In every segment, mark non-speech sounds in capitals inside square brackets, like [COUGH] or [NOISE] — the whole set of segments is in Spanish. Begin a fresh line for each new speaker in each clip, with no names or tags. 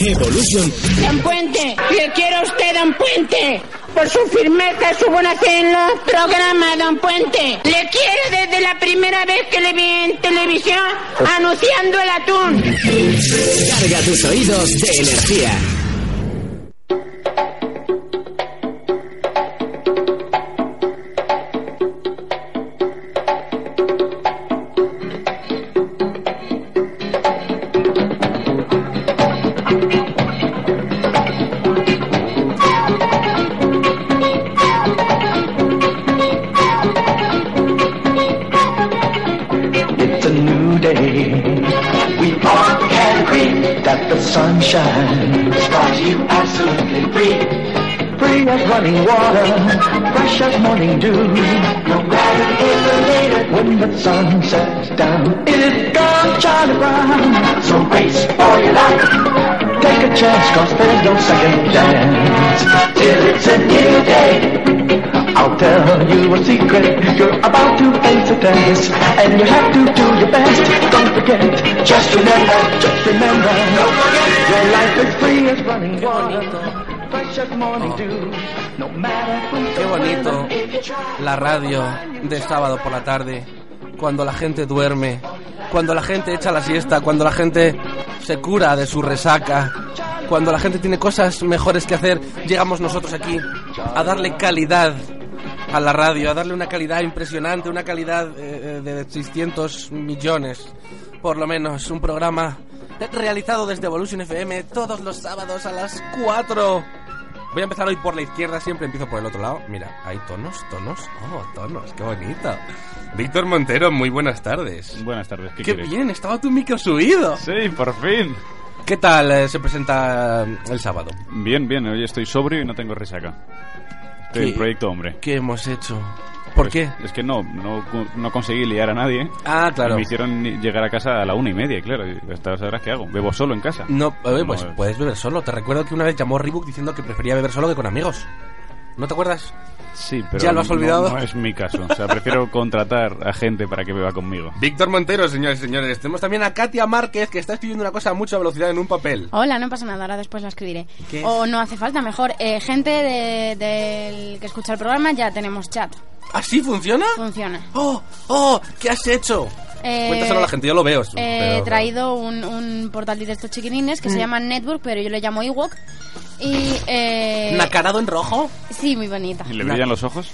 Evolution.
Don Puente, le quiero a usted, Don Puente, por su firmeza, su buena fe en los programas, Don Puente. Le quiero desde la primera vez que le vi en televisión anunciando el atún.
Carga tus oídos de energía.
It's a new day. We all can agree that the sun shines. Got you absolutely free. Free as running water, fresh as morning dew. No matter if or later, when the sun sets down, it is gone, Charlie Brown. So race for your life. Take a chance, cause there's no second chance. Till it's a new day. I'll tell you a secret. You're about to enter dance, and you have to do your best. Don't forget, just remember, just remember. Don't forget, your life is free as running water, fresh as morning dew. No matter when
Qué
the
bonito
weather, if you try.
la radio de sábado por la tarde, cuando la gente duerme, cuando la gente echa la siesta, cuando la gente se cura de su resaca, cuando la gente tiene cosas mejores que hacer, llegamos nosotros aquí a darle calidad a la radio, a darle una calidad impresionante, una calidad eh, eh, de 600 millones, por lo menos, un programa realizado desde Evolution FM todos los sábados a las 4. Voy a empezar hoy por la izquierda, siempre empiezo por el otro lado. Mira, hay tonos, tonos, oh, tonos, qué bonito. Víctor Montero, muy buenas tardes.
Buenas tardes, ¿qué,
Qué
quieres?
bien, estaba tu micro subido.
Sí, por fin.
¿Qué tal eh, se presenta eh, el sábado?
Bien, bien, hoy estoy sobrio y no tengo resaca. Estoy
Sí.
en proyecto hombre.
¿Qué hemos hecho? ¿Por
Pues,
qué?
Es que no, no, cu- no conseguí liar a nadie.
Ah, claro.
Me hicieron ni- llegar a casa a la una y media, claro. y A estas horas, ¿qué hago? Bebo solo en casa.
No, eh,
No,
pues
eh.
puedes beber solo. Te recuerdo que una vez llamó Reebok diciendo que prefería beber solo que con amigos. ¿No te acuerdas?
Sí, pero
¿Ya lo has
no-
olvidado?
No, es mi caso. O sea,
[LAUGHS]
prefiero contratar a gente para que beba conmigo.
Víctor Montero, señores y señores. Tenemos también a Katia Márquez, que está escribiendo una cosa a mucha velocidad en un papel.
Hola, no pasa nada, ahora después la escribiré.
¿Qué es?
O no hace falta, mejor. eh, gente de- del que escucha el programa, ya tenemos chat.
¿Así funciona?
Funciona.
¡Oh! ¡Oh! ¿Qué has hecho?
Eh,
Cuéntaselo a la gente, yo lo veo.
Eh,
pero-
he traído un, un portal de estos chiquinines que se llama Network, pero yo le llamo Ewok. Y. Eh,
¿Nacarado en rojo?
sí, muy bonita.
¿Y ¿Le
Nah.
brillan los ojos?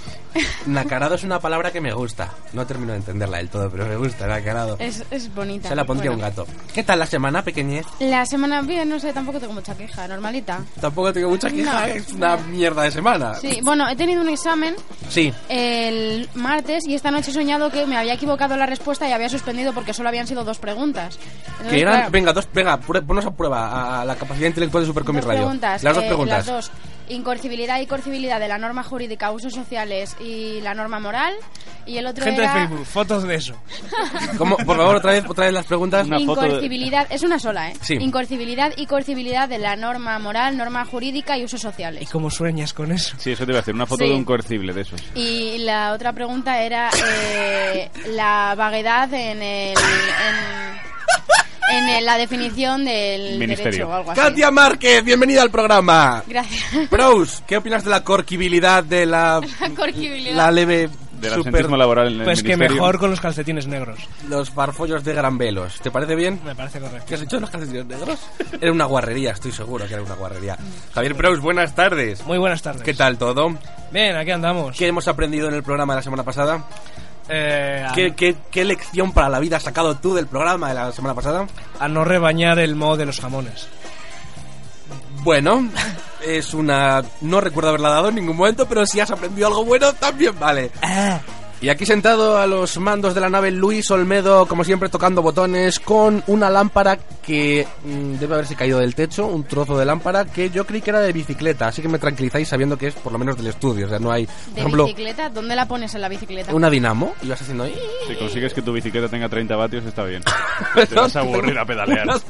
Nacarado es una palabra que me gusta. No termino de entenderla del todo, pero me gusta, nacarado.
Es, es bonita.
Se la pondría
Bueno.
un gato. ¿Qué tal la semana, pequeñez?
La semana bien, no sé, tampoco tengo mucha queja, normalita.
Tampoco tengo mucha queja,
No.
es una mierda de semana.
Sí, bueno, he tenido un examen
Sí.
el martes y esta noche he soñado que me había equivocado la respuesta y había suspendido porque solo habían sido dos preguntas. Entonces,
Que eran,
claro,
venga, dos, venga, pru- ponos a prueba a, a la capacidad intelectual de Supercomic
dos
Radio.
preguntas,
las dos
eh,
preguntas.
las dos. Incorcibilidad y corcibilidad de la norma jurídica, usos sociales y la norma moral. Y el otro
Gente de
era
Facebook, fotos de eso.
[LAUGHS] ¿Cómo? Por favor, otra vez, otra vez las preguntas.
Una foto de-
incorcibilidad, es una sola, ¿eh?
Sí.
Incorcibilidad y corcibilidad de la norma moral, norma jurídica y usos
¿Y
sociales.
cómo sueñas con eso?
Sí, eso te iba a hacer. Una foto
Sí.
de un coercible de esos.
Y la otra pregunta era eh, la vaguedad en el... en- en el- la definición del
Ministerio.
derecho o algo así.
Katia Márquez, bienvenida
[LAUGHS]
al programa.
Gracias.
Pros, ¿qué opinas de la corquibilidad de la, la
Corquibilidad.
leve
Del
super,
absentismo laboral en el
Pues que
ministerio.
mejor con los calcetines negros.
los farfollos de Granvelos? ¿Te parece bien?
Me parece correcto.
¿Qué has hecho de los calcetines negros? Era una guarrería, estoy seguro que era una guarrería. Javier Pros, buenas tardes.
Muy buenas tardes.
¿Qué tal todo?
Bien, aquí andamos.
¿Qué hemos aprendido en el programa de la semana pasada?
Eh, a,
¿Qué, qué- qué lección para la vida has sacado tú del programa de la semana pasada?
a no rebañar el moho de los jamones.
Bueno,
Ah.
es una... No recuerdo haberla dado en ningún momento, pero si has aprendido algo bueno, también vale. Y aquí sentado a los mandos de la nave Luis Olmedo, como siempre tocando botones, con una lámpara que mm, debe haberse caído del techo, un trozo de lámpara que yo creí que era de bicicleta, así que me tranquilizáis sabiendo que es por lo menos del estudio, o sea, no hay, por
¿De
ejemplo,
bicicleta? ¿Dónde la pones en la bicicleta?
una dinamo y vas haciendo... ahí.
Si consigues que tu bicicleta tenga 30 vatios, está
[LAUGHS]
bien. Te vas a aburrir a pedalear.
Unas,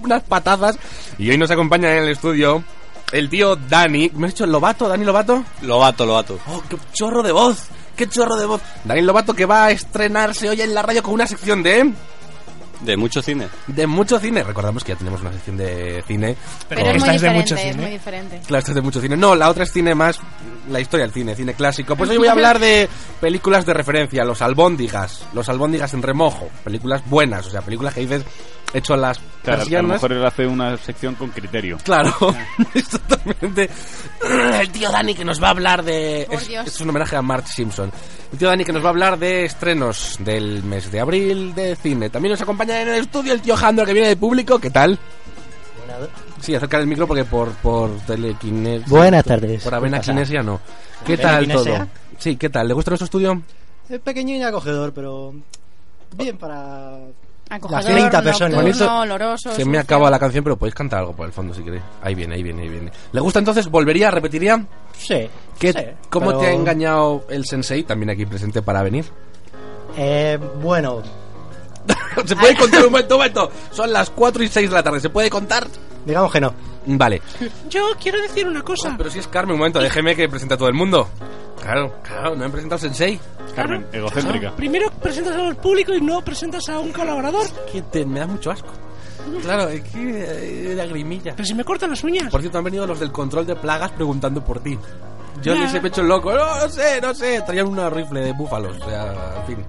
unas patadas. Y hoy nos acompaña en el estudio el tío Dani. ¿Me has dicho Lobato? ¿Dani Lobato?
Lobato, Lobato.
¡Oh, qué chorro de voz! ¡Qué chorro de voz! Daniel Lobato que va a estrenarse hoy en la radio con una sección de...
De mucho cine.
De mucho cine. Recordamos que ya tenemos una sección de cine. Eh,
Pero es muy
Esta es de ¿eh?
diferente,
mucho
es
cine.
muy diferente.
Claro, esto es de mucho cine. No, la otra es cine más... La historia del cine, cine clásico. Pues hoy voy a hablar de películas de referencia. Los albóndigas. Los albóndigas en remojo. Películas buenas. O sea, películas que dices... Hecho a las
Claro, a lo
persianas.
mejor él hace una sección con criterio.
Claro, [LAUGHS] es totalmente. El tío Dani que nos va a hablar de.
Por
Es,
Dios.
es un homenaje a Mark Simpson. El tío Dani que nos va a hablar de estrenos del mes de abril de cine. También nos acompaña en el estudio el tío Jandro que viene de público. ¿Qué tal? Sí, acerca el micro porque por, por telequinesia.
Buenas tardes.
Por avena
¿Qué pasa?
kinesia no. ¿Qué
¿Avena
tal todo?
kinesia?
Sí, ¿qué tal? ¿Le gusta nuestro estudio?
Es pequeño y acogedor, pero bien para...
Acogedor,
30 personas.
nocturno,
Bonito.
oloroso,
Se me
sucio.
acaba la canción, pero podéis cantar algo por el fondo si queréis. Ahí viene, ahí viene, ahí viene. ¿Le gusta entonces? ¿Volvería? ¿Repetiría?
Sí.
¿Qué-
sí,
¿Cómo
pero-
te ha engañado el sensei, también aquí presente para venir? [LAUGHS]
Eh, bueno, Ah.
¿Se puede contar un momento, un momento? Son las 4 y 6 de la tarde, ¿se puede contar? Mm,
digamos que no.
Vale.
Yo quiero decir una
Ah.
cosa.
Oh, Pero si es Carmen, un momento, déjeme que presente a todo el mundo. Claro, claro, no han presentado al sensei.
Carmen, egocéntrica.
Primero presentas al público y no presentas a un colaborador.
Que te- me da mucho asco.
[LAUGHS]
Claro, es que eh, lagrimilla.
Pero si me cortan las uñas.
Por cierto, han venido los del control de plagas preguntando por ti. Yo les he hecho loco. No, no sé, no sé. Traían una rifle de búfalos. O sea, en fin.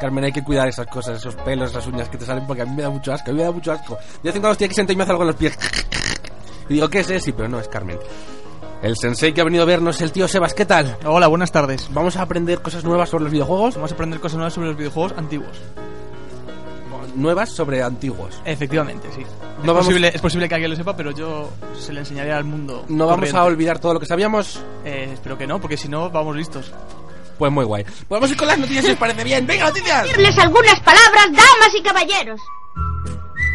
Carmen, hay que cuidar esas cosas, esos pelos, esas uñas que te salen porque a mí me da mucho asco. A mí me da mucho asco. Yo tengo los tíos aquí sentado y me hace algo en los pies. Y digo, ¿qué es ese? Pero no, es Carmen. El sensei que ha venido a vernos, el tío Sebas, ¿qué tal?
Hola, buenas tardes.
¿Vamos a aprender cosas nuevas sobre los videojuegos?
Vamos a aprender cosas nuevas sobre los videojuegos antiguos.
Nuevas sobre antiguos.
Efectivamente, sí. es,
vamos-
posible, es posible que alguien lo sepa, pero yo se le enseñaré al mundo.
No vamos a
corriente.
olvidar todo lo que sabíamos.
Eh, espero que no, porque si no, vamos listos.
Pues muy guay. Pues vamos a ir con las noticias si os parece bien. ¡Venga, noticias!
Decirles algunas palabras, damas y caballeros.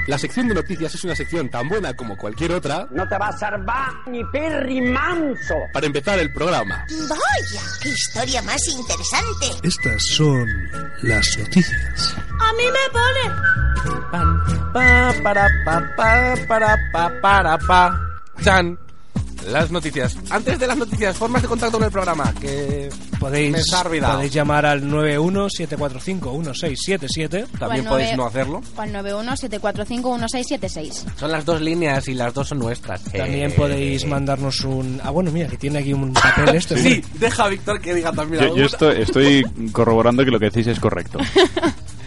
La sección de noticias es una sección tan buena como cualquier otra.
No te va a salvar ni perri manso.
Para empezar el programa.
Vaya, qué historia más interesante.
Estas son las noticias.
A mí me pone.
Pan, pa, para, pa, pa, para, pa, para, pa. Chan. Las noticias. Antes de las noticias, formas de contacto con el programa. Que me
Podéis,
se ha olvidado.
podéis llamar al 917451677.
También
Cual
podéis
nove-
no hacerlo.
Cual 917451676.
Son las dos líneas y las dos son [LAUGHS] nuestras.
También podéis mandarnos un... Ah, bueno, mira, que tiene aquí un papel este.
Sí,
mira.
deja a Víctor que diga también
Yo,
algo.
yo estoy, estoy corroborando que lo que decís es
[LAUGHS]
correcto.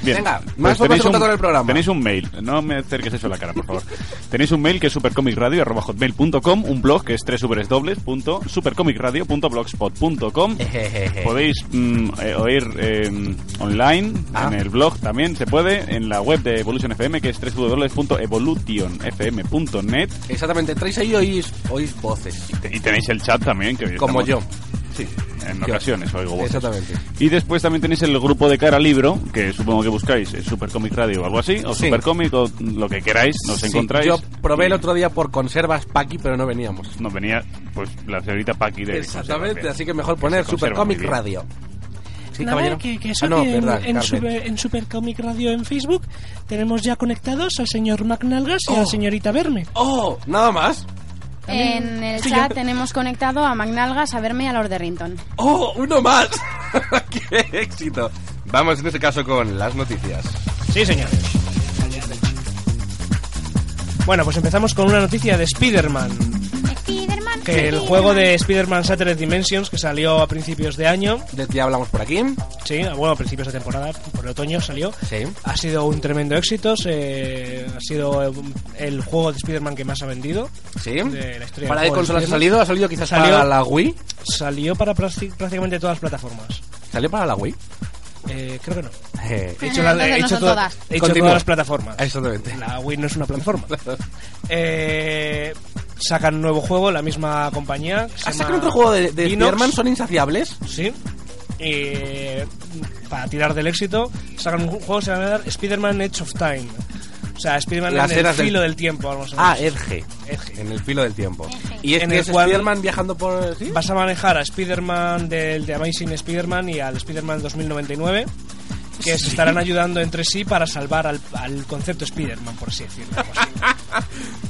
Bien. pues
Venga, más formas de
tenéis un-
contacto con el programa.
Tenéis un mail, no me acerques eso a la cara, por favor. tenéis un mail que es supercomicradio.com, un blog que es www.supercomicradio.blogspot.com.
Eh, Ejejeje.
Podéis mm, eh, oír eh, online,
Ah.
en el blog también se puede, en la web de Evolution FM que es www.evolutionfm.net
Exactamente, traéis ahí y oís, oís voces.
y tenéis el chat también. que hoy
Como
estamos-
yo.
Sí, en
Yo.
ocasiones oigo voces.
Exactamente.
Y después también tenéis el grupo de cara libro, que supongo que buscáis eh, Supercomic Radio o algo así, o
Sí.
Supercomic o lo que queráis, nos
Sí,
encontráis.
Yo probé el
Y
otro día por conservas Paqui, pero no veníamos.
Nos venía, pues, la señorita Paqui de...
Exactamente, así que mejor poner
se conserva
Supercomic
muy bien.
Radio. Sí,
Nada,
caballero.
que, que eso
Ah, no,
que en,
verdad,
en,
Carmen.
Super- en Supercomic Radio en Facebook tenemos ya conectados al señor McNalgas y a la señorita Verme.
¡Oh! Nada más.
En el chat tenemos conectado a Magnalgas, a verme y a Lord Derrington.
¡Oh! ¡Uno más! [LAUGHS] ¡Qué éxito! Vamos en este caso con las noticias.
Sí, señores. Bueno, pues empezamos con una noticia de Spider-Man.
Spiderman.
Que el juego de Spider-Man Shattered Dimensions, que salió a principios de año,
De ti hablamos por aquí.
sí, bueno, a principios de temporada, por el otoño salió,
Sí.
ha sido un tremendo éxito, se- ha sido eh, el juego de Spider-Man que más ha vendido.
Sí.
De la historia
¿Para
del
qué
juego
consolas ha
Spider-Man.
salido? ¿Ha salido quizás
Salió-
para la Wii?
Salió para prácti- prácticamente todas las plataformas.
¿Salió para la Wii?
Eh, creo que no.
Eh,
He hecho, la-
Entonces
he
no
hecho
son
toda-
todas.
he hecho
Continúa.
todas las plataformas.
Exactamente.
La Wii no es una plataforma. Eh, sacan un nuevo juego, la misma compañía. que se
¿Has
llama
sacado otro juego de, de
Inox.
Spider-Man? ¿Son insaciables?
Sí. eh, para tirar del éxito, sacan un ju- juego que se va a llamar Spider-Man Edge of Time. O sea, Spider-Man
Las
en el
eras del-
filo del, tiempo. algo así.
Ah, Edge.
Edge.
En el filo del tiempo. Y
En
este
el
es
cual-
Spider-Man viajando por... ¿sí?
Vas a manejar a Spider-Man del de Amazing Spider-Man y al Spider-Man 2099, que se
Sí.
estarán ayudando entre sí para salvar al, al concepto Spider-Man, por así decirlo.
[LAUGHS]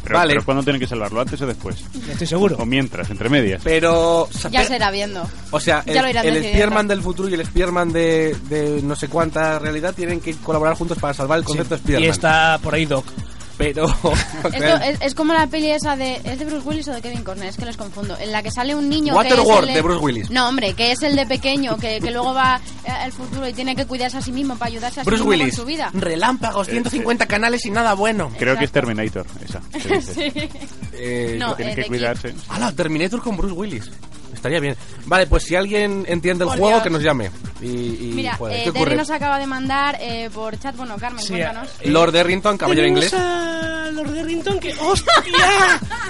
Pero,
Vale.
pero ¿cuándo tienen que salvarlo? ¿Antes o después?
Estoy seguro.
O mientras, entre medias.
Pero...
Ya se irá viendo.
O sea, el,
Ya lo irán
el
decidiendo.
Spearman del futuro y el Spearman de, de no sé cuánta realidad tienen que colaborar juntos para salvar el concepto Spearman.
Y está por ahí Doc. [LAUGHS]
Pero...
Esto es, es como la peli esa de... ¿Es de Bruce Willis o de Kevin Corner? Es que los confundo. En la que sale un niño... que es
Waterworld,
el
de Bruce Willis.
No, hombre, que es el de pequeño, que, que luego va eh, al futuro y tiene que cuidarse a sí mismo para ayudarse a
Bruce
sí mismo
Willis.
con su vida.
Relámpagos, 150 canales y nada bueno.
Creo que es Terminator, esa.
[LAUGHS]
que dices.
Eh,
No,
Tienen
eh,
que
de
cuidarse.
¡Hala! Terminator con Bruce Willis. Estaría bien. Vale, pues si alguien entiende el
Por
juego,
Oh, Dios.
que nos llame. Y, y
Mira,
joder,
eh,
¿qué
Terry
ocurre?
nos acaba de mandar eh, por chat, bueno, Carmen,
Sí,
cuéntanos.
Lord Derrington, caballero
Tenemos
inglés.
a Lord Derrington que...
[LAUGHS]
¡Hostia!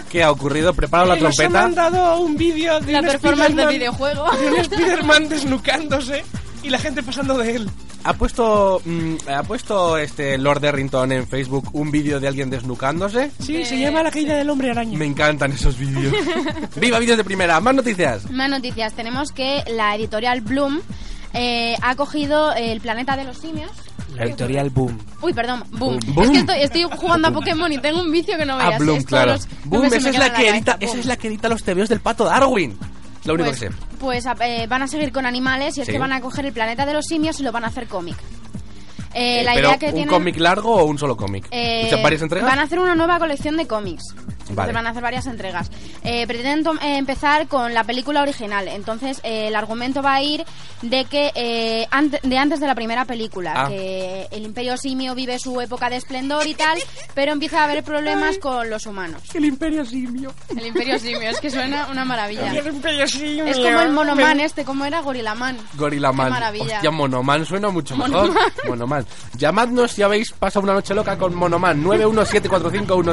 ¿Qué ha ocurrido? Prepara la
Que nos ha
trompeta.
mandado un vídeo de
La
un
performance del
Spiderman-
videojuego. [LAUGHS]
De un Spider-Man desnucándose y la gente pasando de él.
Ha puesto, mm, ha puesto este Lord Derrington en Facebook un vídeo de alguien desnucándose.
Sí,
Eh.
se llama La caída del hombre araña.
Me encantan
[LAUGHS]
esos vídeos. ¡Viva vídeos de primera! ¡Más noticias!
Más noticias. Tenemos que la editorial Bloom eh, ha cogido el planeta de los simios.
La editorial Boom.
Uy, perdón, Boom.
Boom.
Es que estoy, estoy jugando a Pokémon y tengo un vicio que no veas.
Ah, Bloom,
Es todos
claro.
los
Boom,
nombres
esa
me
es,
quedan
la
en
que edita,
cabeza.
esa
Boom.
es la que edita los tebeos del pato Darwin. Lo único
Pues,
que sé.
pues, a- eh, van a seguir con animales y es
Sí.
que van a coger el planeta de los simios y lo van a hacer cómic. Eh,
Eh,
la
pero,
idea que
¿un
tienen...
cómic largo o un solo cómic?
Eh,
¿Muchas- ¿Varias entregas?
Van a hacer una nueva colección de cómics. Entonces
Vale.
Van a hacer varias entregas. Eh, pretenden tom- eh, empezar con la película original. Entonces, eh, el argumento va a ir de que eh, ante- de antes de la primera película,
Ah.
que el Imperio Simio vive su época de esplendor y tal, pero empieza a haber problemas con los humanos.
El Imperio Simio.
El Imperio Simio, es que suena una maravilla. Es
Es
como el Monoman este, como era Gorilaman.
Gorilaman.
Qué maravilla.
Hostia, Monoman suena mucho mejor. Monoman. Llamadnos si habéis pasado una noche loca con Monoman.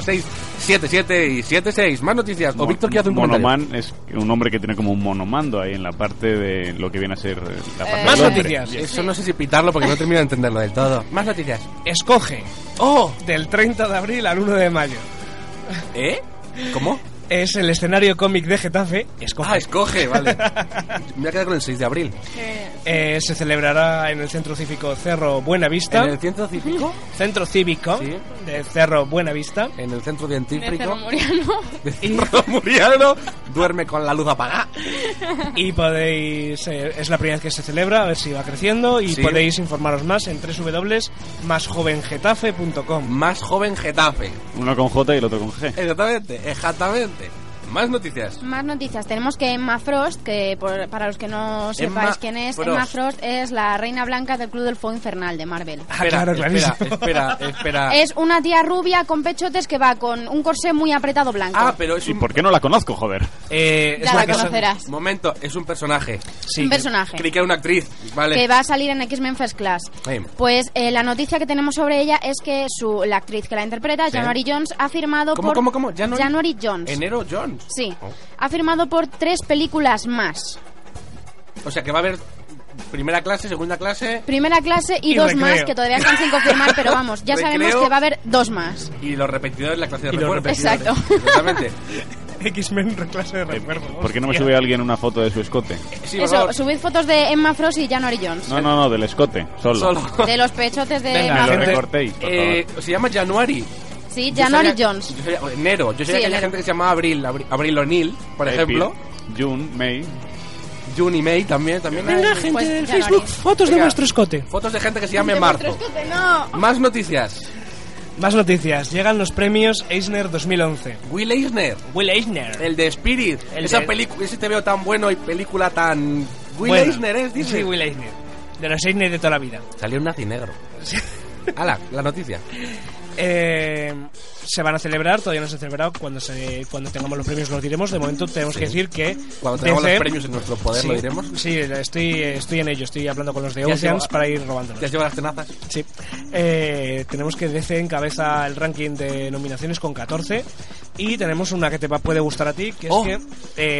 917451677 y 76. Más noticias. O Víctor que hace un comentario.
Monoman es un hombre que tiene como un monomando ahí en la parte de lo que viene a ser eh, la parte
Eh,
del
Más
hombre.
noticias.
Eso no sé si pitarlo porque no termino de entenderlo del todo. Más noticias.
Escoge. Oh, del 30 de abril al 1 de mayo.
¿Eh? ¿Cómo?
Es el escenario cómic de Getafe. Escoge.
Ah, escoge, vale. Me voy a quedar con el 6 de abril.
Eh, se celebrará en el Centro Cívico Cerro Buenavista.
¿En el centro científico?
Centro Cívico
Sí.
de Cerro Buenavista.
En el centro
de
científico.
Cerro Muriano.
De Cerro Muriano. Duerme con la luz apagada.
Y podéis. eh, es la primera vez que se celebra, a ver si va creciendo. Y
Sí.
podéis informaros más en www.másjovengetafe.com.
Más joven Getafe.
Uno con J y el otro con G.
Exactamente, exactamente. Más noticias.
Más noticias. Tenemos que Emma Frost, que por- para los que no sepáis quién es,
Frost.
Emma Frost es la reina blanca del Club del Fuego Infernal de Marvel.
Ah, claro,
espera,
clarísimo.
espera, espera.
Es una tía rubia con pechotes que va con un corsé muy apretado blanco.
Ah, pero es
¿Y
un...
por qué no la conozco, joder?
eh, es
ya
una
la
perso-
conocerás.
Momento, es un personaje.
Sí.
un personaje.
Creí que era una actriz. Vale.
Que va a salir en X-Men First Class.
Sí.
Pues eh, la noticia que tenemos sobre ella es que su, la actriz que la interpreta,
Sí.
January Jones, ha firmado
¿Cómo,
por.
cómo, cómo? January-
Jones.
Enero Jones.
Sí.
Oh.
Ha firmado por tres películas más.
O sea que va a haber primera clase, segunda clase
Primera clase y,
Y
dos
recreo.
más, que todavía están sin confirmar, pero vamos, ya sabemos
[LAUGHS] Recreo.
que va a haber dos más.
y los repetidores la clase de
Y los
refuerzo.
repetidores. Exacto.
Exactamente.
X-Men, clase de
Eh,
recuerdo.
¿Por qué no me
Hostia.
sube alguien una foto de su escote?
Sí, por
Eso,
favor.
subid fotos de Emma Frost y January Jones.
No, no, no, del escote, solo.
[LAUGHS]
Solo.
De los pechotes de
Venga,
Que
Emma
lo
gente-
Frost.
recortéis, por
Eh, se llama January.
Sí,
Yo
January
sabía-
Jones.
yo sabía- enero.
Sí,
Yo sabía que había
enero.
gente que se llamaba Abril, Abri- Abril O'Neill, por
favor.
ejemplo.
April, June, May.
June y May también. también hay-
Venga, gente
Pues
del
ya lo
Facebook,
haréis.
fotos de
Venga.
vuestro escote.
Fotos de gente que se llame Marzo. Más noticias.
Más noticias. Llegan los premios Eisner 2011.
Will Eisner,
Will Eisner.
el de Spirit.
El
esa
de-
película, ese te veo tan bueno y película tan. Will
Bueno,
Eisner es, dice.
Sí,
[LAUGHS]
Will Eisner. De los Eisner de toda la vida.
Salió un nazi negro. Ala, la noticia.
Eh, se van a celebrar, todavía no se han celebrado. Cuando, se, cuando tengamos los premios los diremos. De momento tenemos
Sí.
que decir que.
Cuando tengamos
DC
los premios en nuestro poder,
sí,
¿lo diremos?
Sí, estoy, estoy en ello, estoy hablando con los de
Ya has
Oceans
llevado-
para ir robándolos.
¿Ya has llevado las tenazas?
Sí. Eh, tenemos que DC encabeza el ranking de nominaciones con 14. Y tenemos una que te va- puede gustar a ti, que
Oh.
es que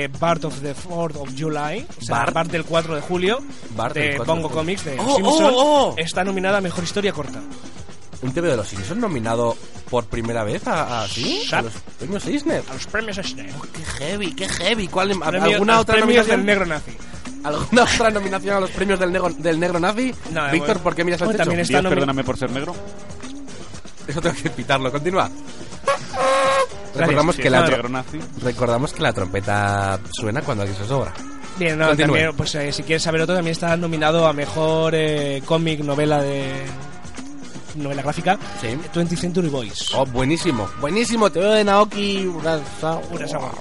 eh, Bart of the 4th of July, o sea,
Bart.
Bart. del 4 de julio,
Bart del
de
4 de
Bongo
julio.
Comics, de
Oh,
Simpson,
oh, oh.
está nominada a Mejor Historia Corta.
¿Un TV de los Simpsons nominado por primera vez a, a- ¿sí? a los premios Eisner?
A los premios Eisner.
Ah, ¡Qué heavy, qué heavy! ¿Cuál, a-
Premio-
¿Alguna
los
otra
premios
nominación?
del negro nazi.
¿Alguna otra nominación a los premios del negro, del negro nazi?
No, de
Víctor,
momento-
¿por qué miras al
Oye,
techo?
también está Dios, nomi- perdóname
por ser negro.
Eso tengo que pitarlo. Continúa.
Gracias.
Recordamos
Sí,
que, la
no,
tro-
negro nazi.
recordamos que la trompeta suena cuando alguien se sobra.
Bien, no,
Continúe.
también, pues eh, si quieres saber otro, también está nominado a mejor eh, cómic, novela de. novela gráfica.
Sí.
20th Century Boys.
Oh, buenísimo. Buenísimo. Te veo de Naoki Urasa-
Urasawa.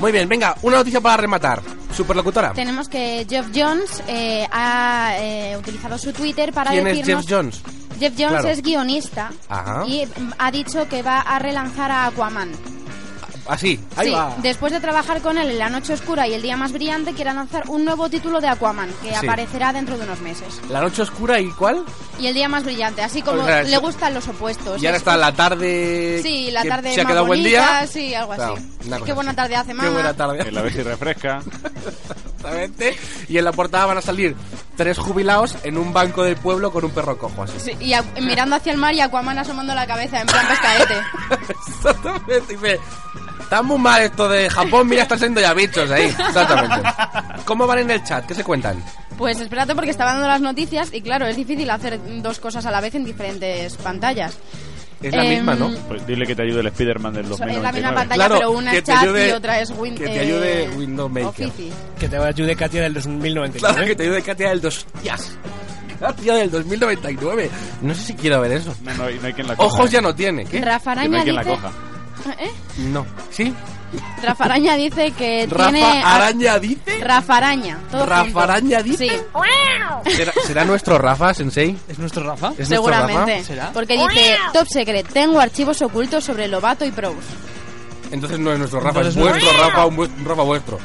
Muy bien, venga, una noticia para rematar. Superlocutora.
Tenemos que Jeff Jones eh, ha eh, utilizado su Twitter para
¿Quién es
decirnos...
Jeff Jones?
Jeff Jones
Claro.
es guionista
Ajá.
y mm, ha dicho que va a relanzar a Aquaman.
Así, Ah, ahí
sí,
va.
después de trabajar con él en La Noche Oscura y El Día Más Brillante, quiere lanzar un nuevo título de Aquaman que
Sí.
aparecerá dentro de unos meses.
La noche oscura y cuál?
Y El Día Más Brillante, así como
Pues, O sea,
le
eso-
gustan los opuestos.
y ahora
Es-
está la tarde.
Sí, la
que
tarde
Se ha
más
quedado buen
bonita,
día.
sí, algo así.
Claro, una cosa
Qué buena
así.
tarde hace, mamá.
Qué buena tarde.
En la vez y refresca.
Exactamente. Y en la portada van a salir tres jubilados en un banco del pueblo con un perro cojo así.
Sí, y a- mirando hacia el mar y Aquaman asomando la cabeza en plan pues pescaete.
[LAUGHS] Exactamente. Dice, está muy mal esto de Japón, mira, están siendo ya bichos ahí. Exactamente. ¿Cómo van en el chat? ¿Qué se cuentan?
Pues espérate porque estaba dando las noticias y claro, es difícil hacer dos cosas a la vez en diferentes pantallas.
Es
la Em, misma, ¿no?
Pues dile que te ayude el Spider-Man del
Es
2000.
la misma
1999.
pantalla,
Claro,
pero una
que
es
te
chat y
ayude-
otra es Win-
que te
eh,
ayude Windows Maker.
Office.
Que te ayude Katia del 2099.
Claro que te ayude Katia del 2. ¡Hostias! Katia del 2099. No sé si quiero ver eso.
No, no hay, no hay quien la coja.
Ojos ya no tiene. ¿Qué?
Rafa
Que no
Araña
hay quien la
dice...
coja.
¿Eh?
No. ¿Sí?
Rafa Araña dice [LAUGHS] que
Rafa
Eh, tiene...
Araña dice...
Rafa Araña. todo
Rafa
junto.
Araña dice.
Sí.
¿Será, será nuestro Rafa, Sensei?
¿Es nuestro Rafa?
¿Es nuestro
Seguramente.
Rafa?
Porque dice, top secret, tengo archivos ocultos sobre Lobato y Prous.
Entonces no es nuestro Rafa,
Entonces
es
no.
vuestro Rafa, un, vuest- un Rafa vuestro.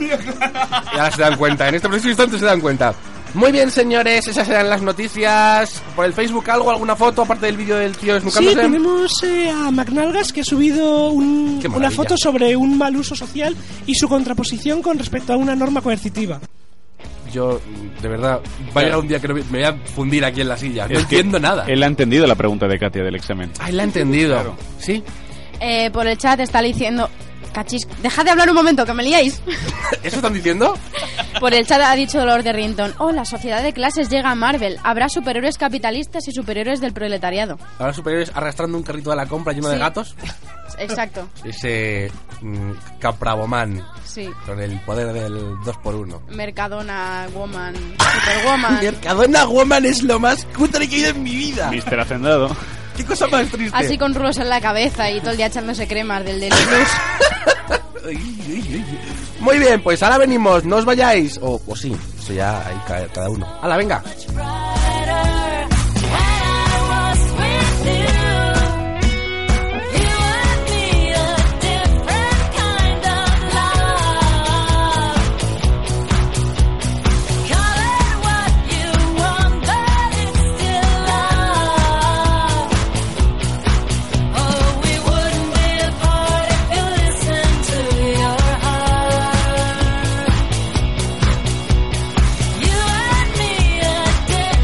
Y ahora se dan cuenta, en este preciso instante se dan cuenta. Muy bien, señores, esas serán las noticias. ¿Por el Facebook algo, alguna foto, aparte del vídeo del tío
Sí,
desnucándose?
tenemos eh, a McNalgas que ha subido un-
Qué maravilla.
una foto sobre un mal uso social y su contraposición con respecto a una norma coercitiva.
Yo, de verdad, va a llegar un día que no me me voy a fundir aquí en la silla. No
Es que
entiendo nada.
Él ha entendido la pregunta de Katia del examen.
Ah, él ha entendido.
Claro.
¿Sí?
Eh, por el chat está diciendo... Cachis, dejad de hablar un momento, que me liáis. [LAUGHS]
¿Eso están diciendo?
Por el chat ha dicho Lord de Rinton, oh, la sociedad de clases llega a Marvel, habrá superhéroes capitalistas y superhéroes del proletariado.
Ahora superiores arrastrando un carrito de la compra lleno de
Sí.
gatos.
Exacto,
Ese mm, Capravomán
sí.
con el poder del 2x1.
Mercadona, Woman,
[LAUGHS]
Superwoman.
Mercadona Woman es lo más cutre que he oído en mi vida.
Mister Hacendado.
¿Qué cosa más triste?
Así con rulos en la cabeza y todo el día echándose cremas del Daily Plus.
[LAUGHS] Ay, ay, ay. Muy bien, pues ahora venimos, no os vayáis. O, o sí, eso ya ahí ca- cada uno. ¡Hala, venga!
You
Oh,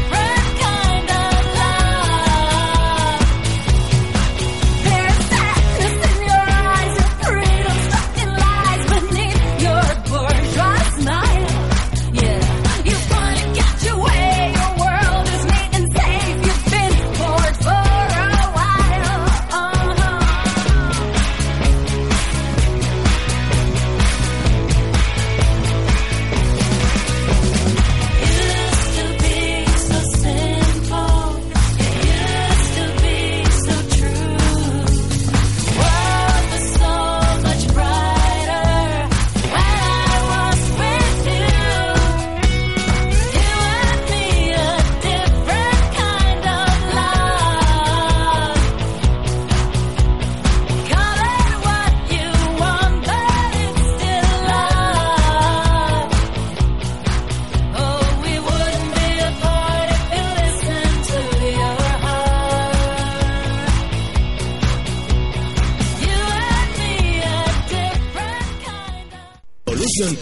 and me a different Uh-huh.
Oh,
Sesión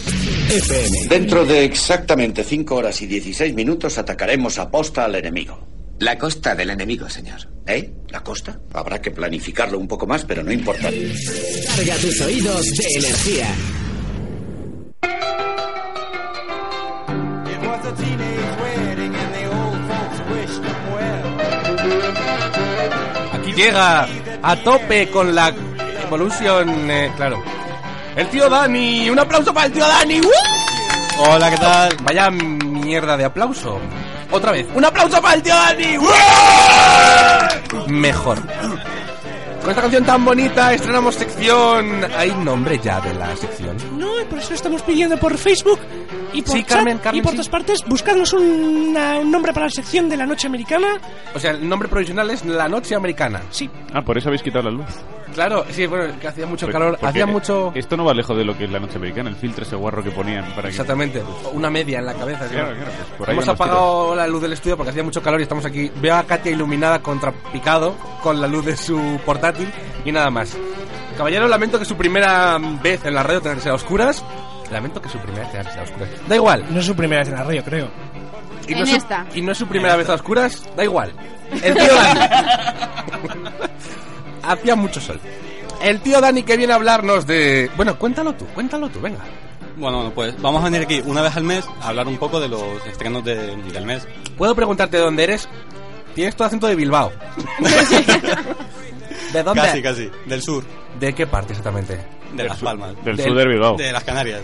FM.
Dentro de exactamente 5 horas y 16 minutos atacaremos a posta al enemigo. La costa del enemigo, señor. ¿Eh? ¿La costa? Habrá que planificarlo un poco más, pero no importa.
Carga tus oídos de energía.
It was a teenage wedding and the old folks wished them well.
Aquí llega a tope con la Evolution, eh, claro. El tío Dani, un aplauso para el tío Dani. Hola, ¿qué tal? Vaya mierda de aplauso. Otra vez, un aplauso para el tío Dani. ¡Uh! Mejor. Con esta canción tan bonita estrenamos sección. Hay nombre ya de la sección.
No, y por eso estamos pidiendo por Facebook y por
Sí,
chat
Carmen, Carmen,
y por
sí.
todas partes. Buscadnos un, una- un nombre para la sección de la noche americana.
O sea, el nombre provisional es La Noche Americana.
Sí.
Ah, por eso habéis quitado la luz.
Claro, sí, bueno, que hacía mucho
Por-
calor,
porque
hacía mucho.
Pues, Esto no va lejos de lo que es la noche americana, el filtro ese guarro que ponían para que...
Exactamente, una media en la cabeza. ¿sí?
Claro, claro, pues por ahí
Hemos
van los
apagado la luz del estudio porque hacía mucho calor y estamos aquí. Veo a Katia iluminada contra picado con la luz de su portátil y nada más. Caballero, lamento que su primera vez en la radio tenga que ser a oscuras. Lamento que su primera vez tenga que ser a oscuras. Da igual.
No es su primera vez en la radio, creo.
Y no,
En
es su,
esta.
y no es su primera vez a oscuras, da igual. El tío Dani. [LAUGHS] Hacía mucho sol. El tío Dani que viene a hablarnos de. Bueno, cuéntalo tú, cuéntalo tú, venga.
Bueno, bueno, pues vamos a venir aquí una vez al mes a hablar un poco de los estrenos de- del mes.
¿Puedo preguntarte de dónde eres? Tienes todo acento de
[LAUGHS]
Bilbao. ¿De dónde?
Casi, casi. Del sur.
¿De qué parte exactamente?
De Las Palmas.
del sur Oh. de Bilbao.
De las Canarias.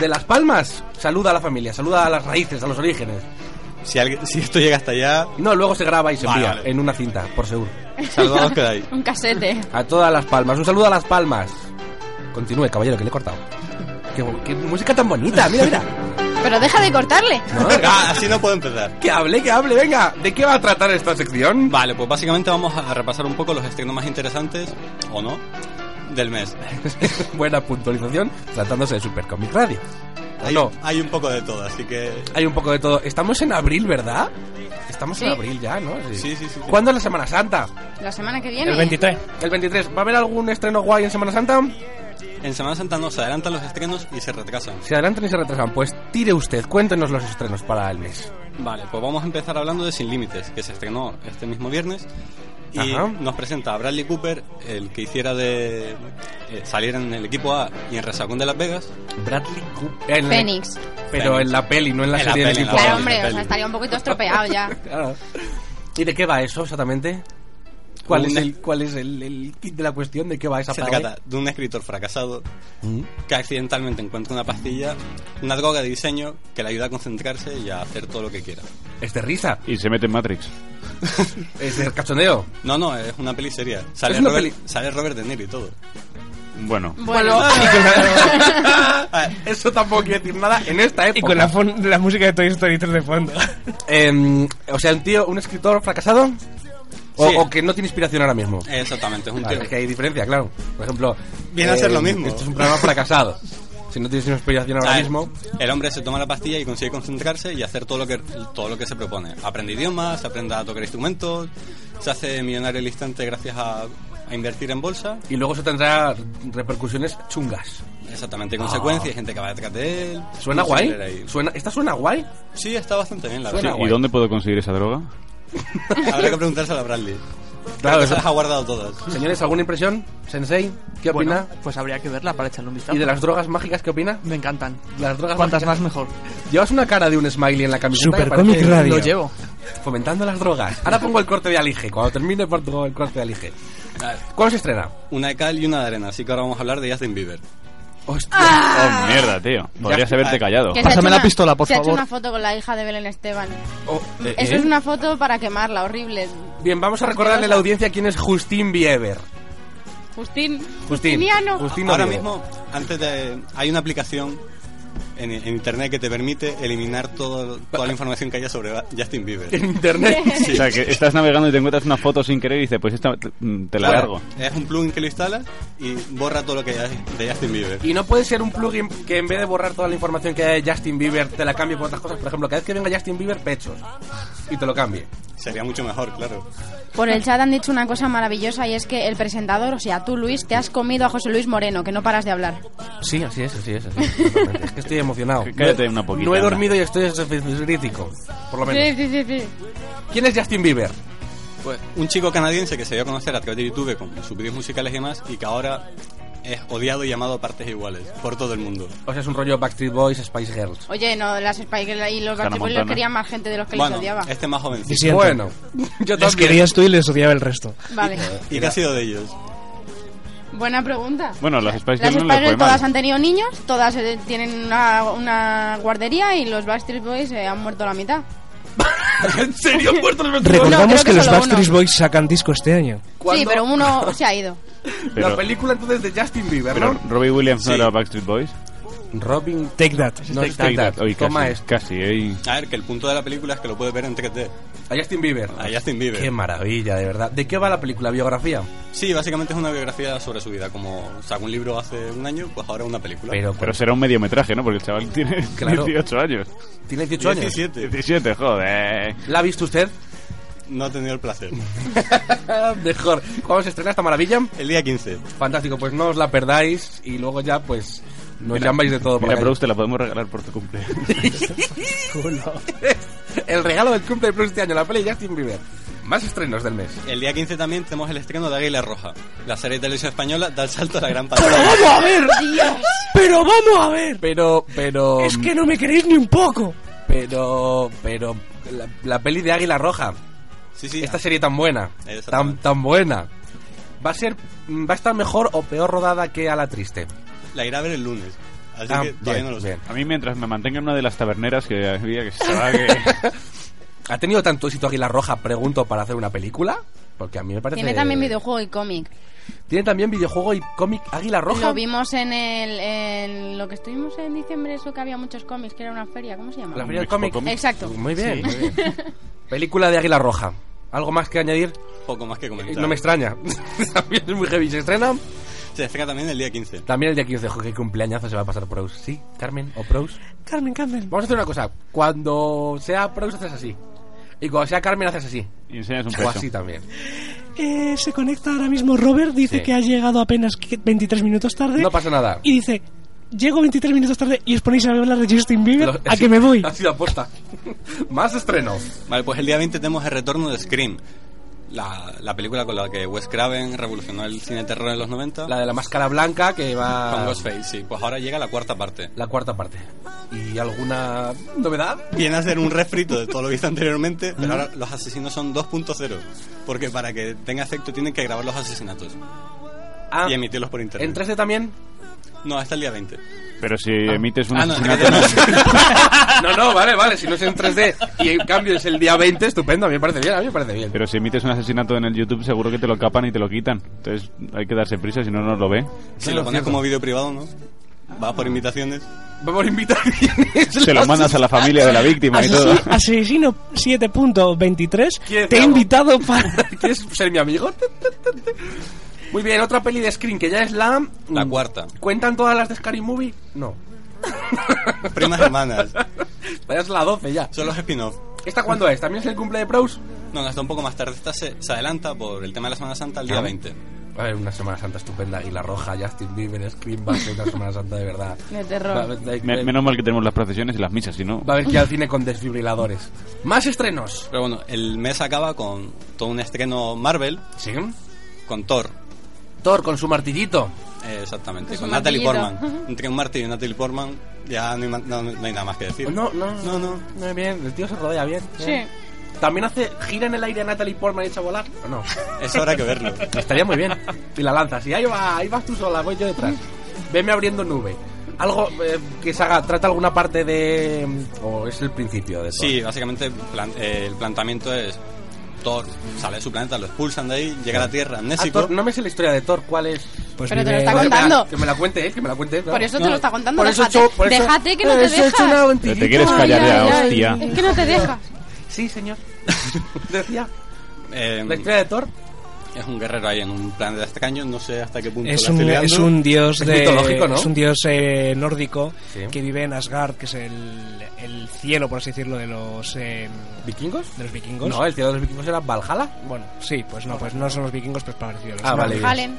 ¿De Las Palmas? Saluda a la familia, saluda a las raíces, a los orígenes.
Si, alguien- si esto llega hasta allá,
No, luego se graba y se
Vale,
envía
vale.
en una cinta, por seguro. [LAUGHS]
saludados quedáis.
Un casete.
A todas las palmas. Un saludo a las palmas. Continúe, caballero, que le he cortado. Qué, qué música tan bonita, mira, mira.
[LAUGHS]
Pero deja de cortarle.
Ah, así no puedo empezar.
Que hable, que hable, venga. ¿De qué va a tratar esta sección?
Vale, pues básicamente vamos a repasar un poco los estrenos más interesantes, o no, del mes.
[LAUGHS] Buena puntualización, tratándose de Supercomic Radio. ¿O
Hay,
no?
hay un poco de todo, así que...
Hay un poco de todo. Estamos en abril, ¿verdad? Estamos en
Sí.
abril ya, ¿no? Sí,
sí, sí. sí.
¿Cuándo es la Semana Santa?
La semana que viene.
El 23. ¿Va a haber algún estreno guay en Semana Santa?
En Semana Santa no, se adelantan los estrenos y se retrasan.
Se adelantan y se retrasan. Pues tire usted, cuéntenos los estrenos para el mes.
Vale, pues vamos a empezar hablando de Sin Límites, que se estrenó este mismo viernes. Y
Ajá.
nos presenta a Bradley Cooper, el que hiciera de eh, salir en el equipo A y en Resacón de Las Vegas.
Bradley Cooper.
Fénix.
Pero en la peli, no en la serie del
peli,
equipo.
en
Claro,
la peli, en
hombre,
la
o sea,
peli.
estaría un poquito estropeado
[LAUGHS]
ya.
Claro. ¿Y de qué va eso exactamente? ¿Cuál
Un-
es, el, ¿Cuál es el, el kit de la cuestión? ¿De qué va esa
Se
frase?
trata de un escritor fracasado
Mm.
que accidentalmente encuentra una pastilla, una droga de diseño que le ayuda a concentrarse y a hacer todo lo que quiera.
Es de risa.
Y se mete en Matrix.
Es de cachondeo.
No, no, es una peli seria. Sale,
Es una
Robert, sale Robert De Niro y todo.
Bueno.
[LAUGHS] Bueno, [LAUGHS] eso tampoco quiere decir nada en esta época.
Y con la, fon- la música de Toy Story 3 de fondo.
Em, o sea, un tío, un escritor fracasado o,
Sí.
o que no tiene inspiración ahora mismo.
Exactamente, es un
Vale,
tío.
es que hay diferencia, claro. Por ejemplo, em,
Viene a ser lo mismo.
Esto es un programa fracasado. Si no tienes inspiración ahora
Ah,
mismo,
El hombre se toma la pastilla y consigue concentrarse y hacer todo lo que todo lo que se propone. Aprende idiomas, aprende a tocar instrumentos, se hace millonario al instante gracias a, a invertir en bolsa.
y luego eso tendrá repercusiones chungas.
Exactamente,
Ah.
consecuencias, hay gente que va detrás de él.
¿Suena
No sé
guay?
leer ahí.
¿Suena, ¿Esta suena guay?
Sí, está bastante bien, la
Suena
verdad.
¿Y dónde puedo conseguir esa droga?
[LAUGHS]
Oh,
Habrá que preguntárselo a Bradley.
Claro,
Claro, se
eso-
las ha guardado todas.
Señores, ¿alguna impresión? Sensei, ¿qué opina?
Bueno, [LAUGHS] pues habría que verla para echarle un vistazo.
¿Y de las drogas mágicas qué opina?
Me encantan.
Las drogas
Cuantas
mágicas.
más mejor.
Llevas una cara de un smiley en la camiseta. que
Supercomic
parece-
Radio.
Lo llevo.
Fomentando las drogas. Ahora pongo el corte de Alige. Cuando termine pongo el corte de Alige. ¿Cuándo se estrena?
Una de cal y una de arena, así que ahora vamos a hablar de Justin Bieber.
Hostia.
Ah.
Oh, mierda, tío. Podrías
Ya-
haberte callado.
Que se ha hecho
Pásame la
una-
pistola, por
se
favor.
ha hecho una foto con la hija de Belén Esteban.
eh,
Eso
¿eh?
es una foto para quemarla, horrible.
Bien, vamos a recordarle a la audiencia quién es Justin Bieber.
Justín.
Justín.
Justiniano.
Justin
Ahora
Oviedo.
mismo, antes de. Hay una aplicación en, en internet que te permite eliminar todo, toda la información que haya sobre
[LAUGHS]
Justin Bieber.
En
[LAUGHS]
internet.
Sí.
O sea, que estás navegando y te encuentras una foto sin querer y dices, pues esta te te la
Claro,
largo.
Es un plugin que lo instala y borra todo lo que hay de Justin Bieber.
Y no puede ser un plugin que en vez de borrar toda la información que hay de Justin Bieber, te la cambie por otras cosas. Por ejemplo, cada vez que venga Justin Bieber, pechos. Y te lo cambie.
Sería mucho mejor, claro.
Por el chat han dicho una cosa maravillosa y es que el presentador, o sea, tú Luis, te has comido a José Luis Moreno, que no paras de hablar.
Sí, así es, así es. así es, totalmente. es que estoy emocionado.
Cállate
No he-
una poquita,
No he
anda.
dormido y estoy crítico, por lo menos.
Sí, sí, sí, sí.
¿Quién es Justin Bieber?
Pues un chico canadiense que se dio a conocer a través de YouTube con sus vídeos musicales y demás y que ahora es odiado y llamado a partes iguales por todo el mundo.
O sea, es un rollo Backstreet Boys, Spice Girls.
Oye, no, las Spy Girl y los Backstreet Boys los
Montana.
querían más gente de los que
Bueno,
les odiaba.
este más jovencito.
Disiento.
Bueno, [LAUGHS] yo
Los
también.
querías tú y les odiaba el resto.
Vale.
¿Y qué ha sido de ellos?
Buena pregunta.
Bueno, las Spice
Las
Girls no
Spy
les
Girls
fue
todas
mal.
han tenido niños, todas eh, tienen una, una guardería y los Backstreet Boys eh, han muerto la mitad.
[LAUGHS] ¿En serio? ¿Muerto los
Recordamos que, los
solo
Backstreet
uno.
Boys sacan disco este año.
Sí, pero uno se ha ido.
Pero-
La película entonces de Justin Bieber,
Pero
¿no?
Robbie Williams no era Backstreet Boys.
Robin
Take That.
No, Take That.
Oye, casi,
Toma esto.
casi, eh.
A ver, que el punto de la película es que lo puedes ver en 3D.
A Justin Bieber.
A Justin Bieber.
Qué maravilla, de verdad. ¿De qué va la película? ¿Biografía?
Sí, básicamente es una biografía sobre su vida. Como sacó un libro hace un año, pues ahora una película.
Pero será un mediometraje, ¿no? Porque el chaval tiene [LAUGHS]
Claro.
18 años.
pues, ¿Tiene 18 años?
17.
17, joder.
¿La ha visto usted? [LAUGHS]
No ha tenido el placer.
Mejor. ¿Cuándo se estrena esta maravilla?
El día 15.
Fantástico, pues no os la perdáis y luego ya, pues, nos
Mira,
llamáis de todo. por
Mira,
la
pero
calle.
usted la podemos regalar por tu cumpleaños.
[LAUGHS] El regalo del cumple de Plus este año, la peli de Justin Bieber. Más estrenos del mes.
El día 15 también tenemos el estreno de Águila Roja. La serie de televisión española da el salto a la gran pantalla.
¡Vamos a ver! ¡Pero vamos a ver!
Pero, pero...
Es que no me queréis ni un poco.
Pero, pero... La, la peli de Águila Roja.
Sí, sí.
Esta serie tan buena. Tan,
Exactamente.
tan buena. Va a ser... Va a estar mejor o peor rodada que a la triste.
La irá a ver el lunes. Así
Ah,
que todavía
vale,
no lo sé.
bien.
[LAUGHS] A mí mientras me mantenga en una de las taberneras que había que se [LAUGHS] va que...
¿Ha tenido tanto éxito Águila Roja, pregunto, para hacer una película? Porque a mí me parece...
Tiene también videojuego y cómic.
Tiene también videojuego y cómic Águila Roja.
Lo vimos en el en lo que estuvimos en diciembre, eso que había muchos cómics, que era una feria, ¿cómo se llama?
La feria del cómic.
Exacto.
Muy bien,
Sí. [LAUGHS]
muy bien. Película de Águila Roja. ¿Algo más que añadir?
Poco más que comentar.
Eh, No me extraña. [LAUGHS] también es muy heavy. ¿Se estrena?
Se estrena también el día 15.
También el día 15 de julio, qué cumpleañazo se va a pasar Prous. ¿Sí, Carmen? ¿O Prous?
Carmen, Carmen.
Vamos a hacer una cosa. Cuando sea Prous haces así. Y cuando sea Carmen haces así.
Y enseñas un
O
pecho.
así también.
Eh, se conecta ahora mismo Robert, dice
Sí.
que ha llegado apenas que- 23 minutos tarde.
No pasa nada.
[LAUGHS] Y dice, llego 23 minutos tarde y os ponéis a hablar de Justin Bieber,
Lo-
a que me
[LAUGHS]
voy.
Ha sido aposta. Más estreno.
Vale, pues el día 20 tenemos el retorno de Scream. La, la película con la que Wes Craven revolucionó el cine de terror en los 90.
La de la máscara blanca que va...
Con Ghostface, sí. Pues ahora llega la cuarta parte.
La cuarta parte. ¿Y alguna novedad?
Viene a ser un refrito de todo lo visto anteriormente, pero ahora los asesinos son 2.0. Porque para que tenga efecto tienen que grabar los asesinatos
Ah,
y emitirlos por internet.
¿En 3D también?
No, hasta el día 20.
Pero si emites un
Ah, no,
asesinato...
No, no, vale, vale. Si no es en 3D y en cambio es el día 20, estupendo. A mí me parece bien, a mí me parece bien.
Pero si emites un asesinato en el YouTube seguro que te lo capan y te lo quitan. Entonces hay que darse prisa, si no, no lo ve.
Si lo pones como vídeo privado, ¿no? Va por invitaciones.
Vamos a invitar
[LAUGHS] Se lo mandas a la familia de la víctima y todo.
Asesino, asesino 7.23,
¿Quién
te he
te amo?
invitado
[LAUGHS]
para...
¿Quieres ser mi amigo? Muy bien, otra peli de Screen que ya es la...
La cuarta.
¿Cuentan todas las de Scary Movie? No.
Primas hermanas.
Ya es la 12 ya.
Son los spin-off.
¿Esta cuándo es? ¿También es el cumple de Proust?
No, no, está un poco más tarde. Esta se, se adelanta por el tema de la Semana Santa al día
Ah.
20.
A ver, una Semana Santa estupenda. Águila Roja, Justin Bieber, Scream, va a ser una Semana Santa de verdad.
De
Va, a
terror.
haber- va a
[LAUGHS] Me-
haber-
menos mal que tenemos las procesiones y las misas, si no...
va a haber que ir al cine con desfibriladores. ¡Más estrenos!
Pero bueno, el mes acaba con todo un estreno Marvel
¿Sí?
con Thor.
Thor con su martillito.
Eh, exactamente,
Es
con
un
Natalie
martillito.
Portman. Entre un martillo y Natalie Portman ya no hay, ma- no- no hay nada más que decir.
No, no, no, no. Muy bien, el tío se rodea bien.
Sí.
¿También hace gira en el aire a Natalie Portman y echa a volar? ¿O no?
Es hora que verlo.
Estaría muy bien. Y la lanzas. Y ahí, va, ahí vas tú sola, voy yo detrás. Venme abriendo nube. Algo eh, que se haga, trata alguna parte de... o es el principio de todo.
Sí, básicamente plan- eh, el planteamiento es Thor sale de su planeta, lo expulsan de ahí, llega a la Tierra, amnésico.
Ah, Thor, no me sé la historia de Thor, ¿cuál es?
Pues
Pero te lo vive- está contando.
Que me la cuente él, que me la cuente él.
Por eso te lo está contando.
Por eso
déjate,
he hecho- por eso-
déjate que no te
Eso he
deja.
hecho una
Pero te quieres callar ya, hostia.
Es que no te deja.
Sí, señor. [LAUGHS] Decía.
¿La
historia de Thor?
Es un guerrero ahí en un planeta extraño, no sé hasta qué punto
Es
la
un,
estoy liando.
es un dios
Es
de-
mitológico, ¿no?
es un dios eh, nórdico
Sí.
que vive en Asgard, que es el, el cielo, por así decirlo, de los eh,
vikingos.
De los vikingos.
No, el cielo de los vikingos era Valhalla.
Bueno, sí, pues no, pues no son los vikingos, pues parecido. a los
Ah, vale,
nórdicos.
Harlem.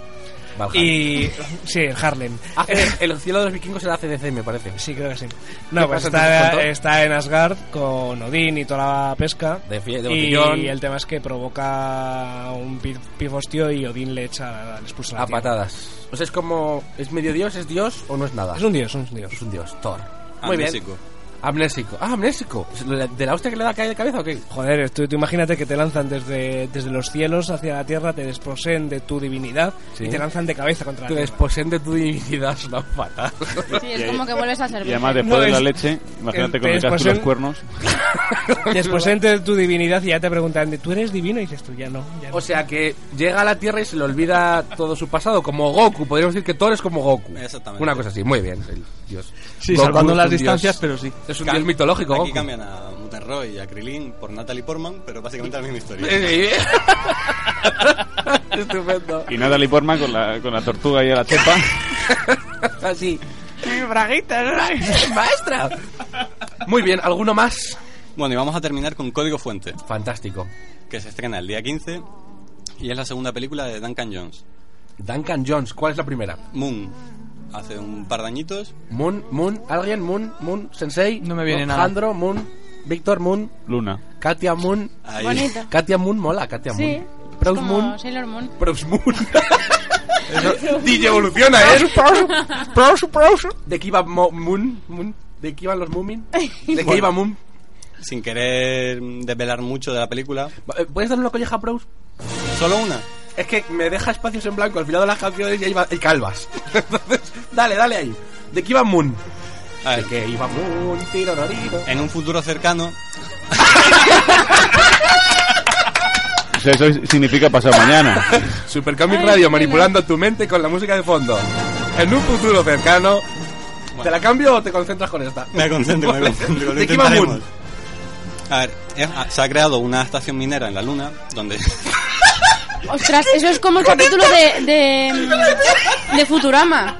Valhalla.
Y sí, el Harlem.
Ah, el, el cielo de los vikingos era CDC, me parece.
Sí, creo que sí.
¿Qué
No, pues
pasa entonces con
está,
Thor?
está en Asgard con Odín y toda la pesca.
De fie- de
y,
botellón.
el tema es que provoca un pi- pifostio y Odín le echa, le expulsa la
A
tierra.
patadas. O sea, Pues es como. ¿Es medio dios, es dios o no es nada?
Es un dios, es un dios.
Es un dios, Thor.
Ah,
Muy bien.
Amnésico.
Amnésico. Ah, amnésico. ¿De la hostia que le da caer de cabeza o qué?
Joder, tú, tú imagínate que te lanzan desde, desde los cielos hacia la tierra, te desposeen de tu divinidad
Sí.
y te lanzan de cabeza contra la
Te
tierra.
desposeen de tu divinidad, es una fatal.
Sí, es como que vuelves a ser
Y además
virgen.
después de la
es-
leche, imagínate
el-
con el
después
casco y los
el-
cuernos.
Desposeen de tu divinidad y ya te preguntan, de, ¿tú eres divino? Y dices tú, ya no. ya no".
O sea que llega a la Tierra y se le olvida todo su pasado, como Goku. Podríamos decir que Thor es como Goku.
Exactamente.
Una cosa así, muy bien, el dios.
Sí,
Goku
salvando
es
las
un dios-
distancias, pero sí.
Es un
Cam-
dios mitológico,
Aquí
Goku. [LAUGHS]
cambian a Mutant Roy y a Krillin por Natalie Portman, pero básicamente la misma historia.
Eh.
[LAUGHS]
Estupendo.
Y Natalie Portman con la, con la tortuga y la [LAUGHS] chepa.
[LAUGHS] Así.
Mi braguita, ¿no?
[LAUGHS] maestra. Muy bien, ¿alguno más?
Bueno, y vamos a terminar con Código Fuente.
Fantástico.
Que se estrena el día 15 y es la segunda película de Duncan Jones.
Duncan Jones, ¿cuál es la primera?
Moon. Hace un par de añitos.
Moon, Moon, alguien, Moon, Moon, Sensei. No me
viene nada.
Alejandro, Moon, Víctor, Moon,
Luna.
Katia Moon.
Ahí.
Bonito.
Katia Moon mola, Katia
Sí.
Moon.
es
Proust
como [LAUGHS]
Moon.
Sailor Moon.
Proust Moon. Eso, DJ evoluciona, ¿eh? Proust, Proust. ¿De qué iba Mo- Moon? Moon? ¿De qué iban los Moomin? ¿De qué
Bueno.
iba Moon?
[LAUGHS] Sin querer desvelar mucho de la película.
Eh, ¿Puedes dar una colleja a Proust?
Solo una.
Es que me deja espacios en blanco al final de las canciones y ahí va- y calvas. [LAUGHS] Entonces, dale, dale ahí. ¿De qué iba Moon?
A
De
ver,
que iba Moon, tiro,
en un futuro cercano,
O sea, eso significa pasado [LAUGHS] mañana.
Supercomic Radio manipulando tu mente con la música de fondo. En un futuro cercano. ¿Te la cambio o te concentras con esta?
Me concentro, me
Vale.
concentro,
[LAUGHS]
lo
¿De qué iba Moon?
intentaremos. a ver, es- ah, se ha creado una estación minera en la Luna donde [LAUGHS]
Ostras, eso es
[LAUGHS]
como el capítulo de, de, de Futurama.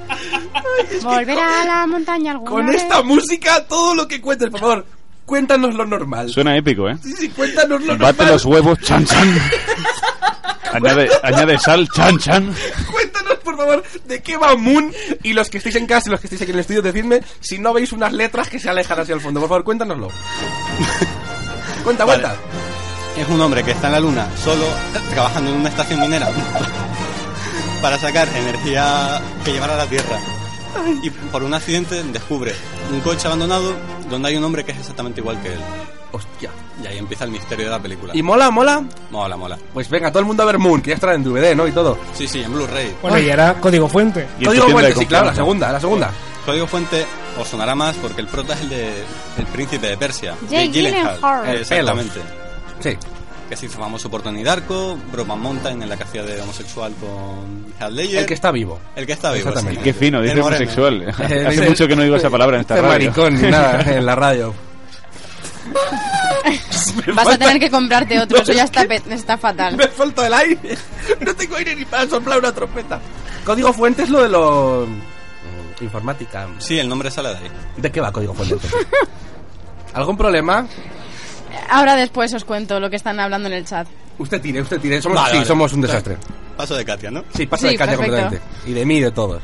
Volver a la montaña alguna
Con
vez.
esta música, todo lo que cuentes, por favor, cuéntanos lo normal.
Suena épico, ¿eh?
Sí, sí, cuéntanos lo
Bate
normal.
los huevos, chan,
[LAUGHS]
chan. Añade, añade sal, chan, chan.
Cuéntanos, por favor, de qué va Moon. Y los que estéis en casa y los que estéis aquí en el estudio, decidme si no veis unas letras que se alejan hacia el fondo. Por
[LAUGHS]
favor, cuéntanoslo. cuenta,
Vale.
cuenta.
es un hombre que está en la Luna solo trabajando en una estación minera [LAUGHS] para sacar energía que llevar a la Tierra. Y por un accidente descubre un coche abandonado donde hay un hombre que es exactamente igual que él.
Hostia.
Y ahí empieza el misterio de la película.
¿Y mola, mola?
Mola, mola.
Pues venga, todo el mundo a ver Moon, que ya estará en DVD, ¿no? Y todo.
Sí, sí, en Blu-ray.
Bueno, y era código fuente.
Código Fuente, sí, claro, la segunda, la segunda.
Código Fuente os sonará más porque el prota es el de El Príncipe de Persia.
Jake
de Gyllenhaal.
Gyllenhaal.
Eh, Exactamente.
Sí.
Que se hizo famoso por Tony Darko, Broman Mountain en la que hacía de homosexual con Heath Ledger.
El que está vivo.
El que está vivo.
Exactamente.
sí.
Qué fino,
El
dice
[LAUGHS]
moreno.
homosexual.
Eh,
[LAUGHS] Hace
dice-
mucho que no
[LAUGHS]
digo esa palabra en esta
Este
radio. [LAUGHS]
maricón, ni nada, en la radio.
[LAUGHS] Vas a tener que comprarte otro, eso ya
[LAUGHS]
está, pe- está fatal.
Me falta el aire. No tengo aire ni para soplar una trompeta. Código Fuente es lo de lo... mm, Informática.
Sí, el nombre sale de ahí.
¿De qué va Código Fuente? entonces? ¿Algún problema?
Ahora después os cuento lo que están hablando en el chat.
Usted tire, usted tire. Somos,
Vale,
sí,
vale.
somos un desastre.
Paso de Katia, ¿no?
Sí, pasa de
Sí,
Katia
perfecto.
completamente. Y de mí y de todos.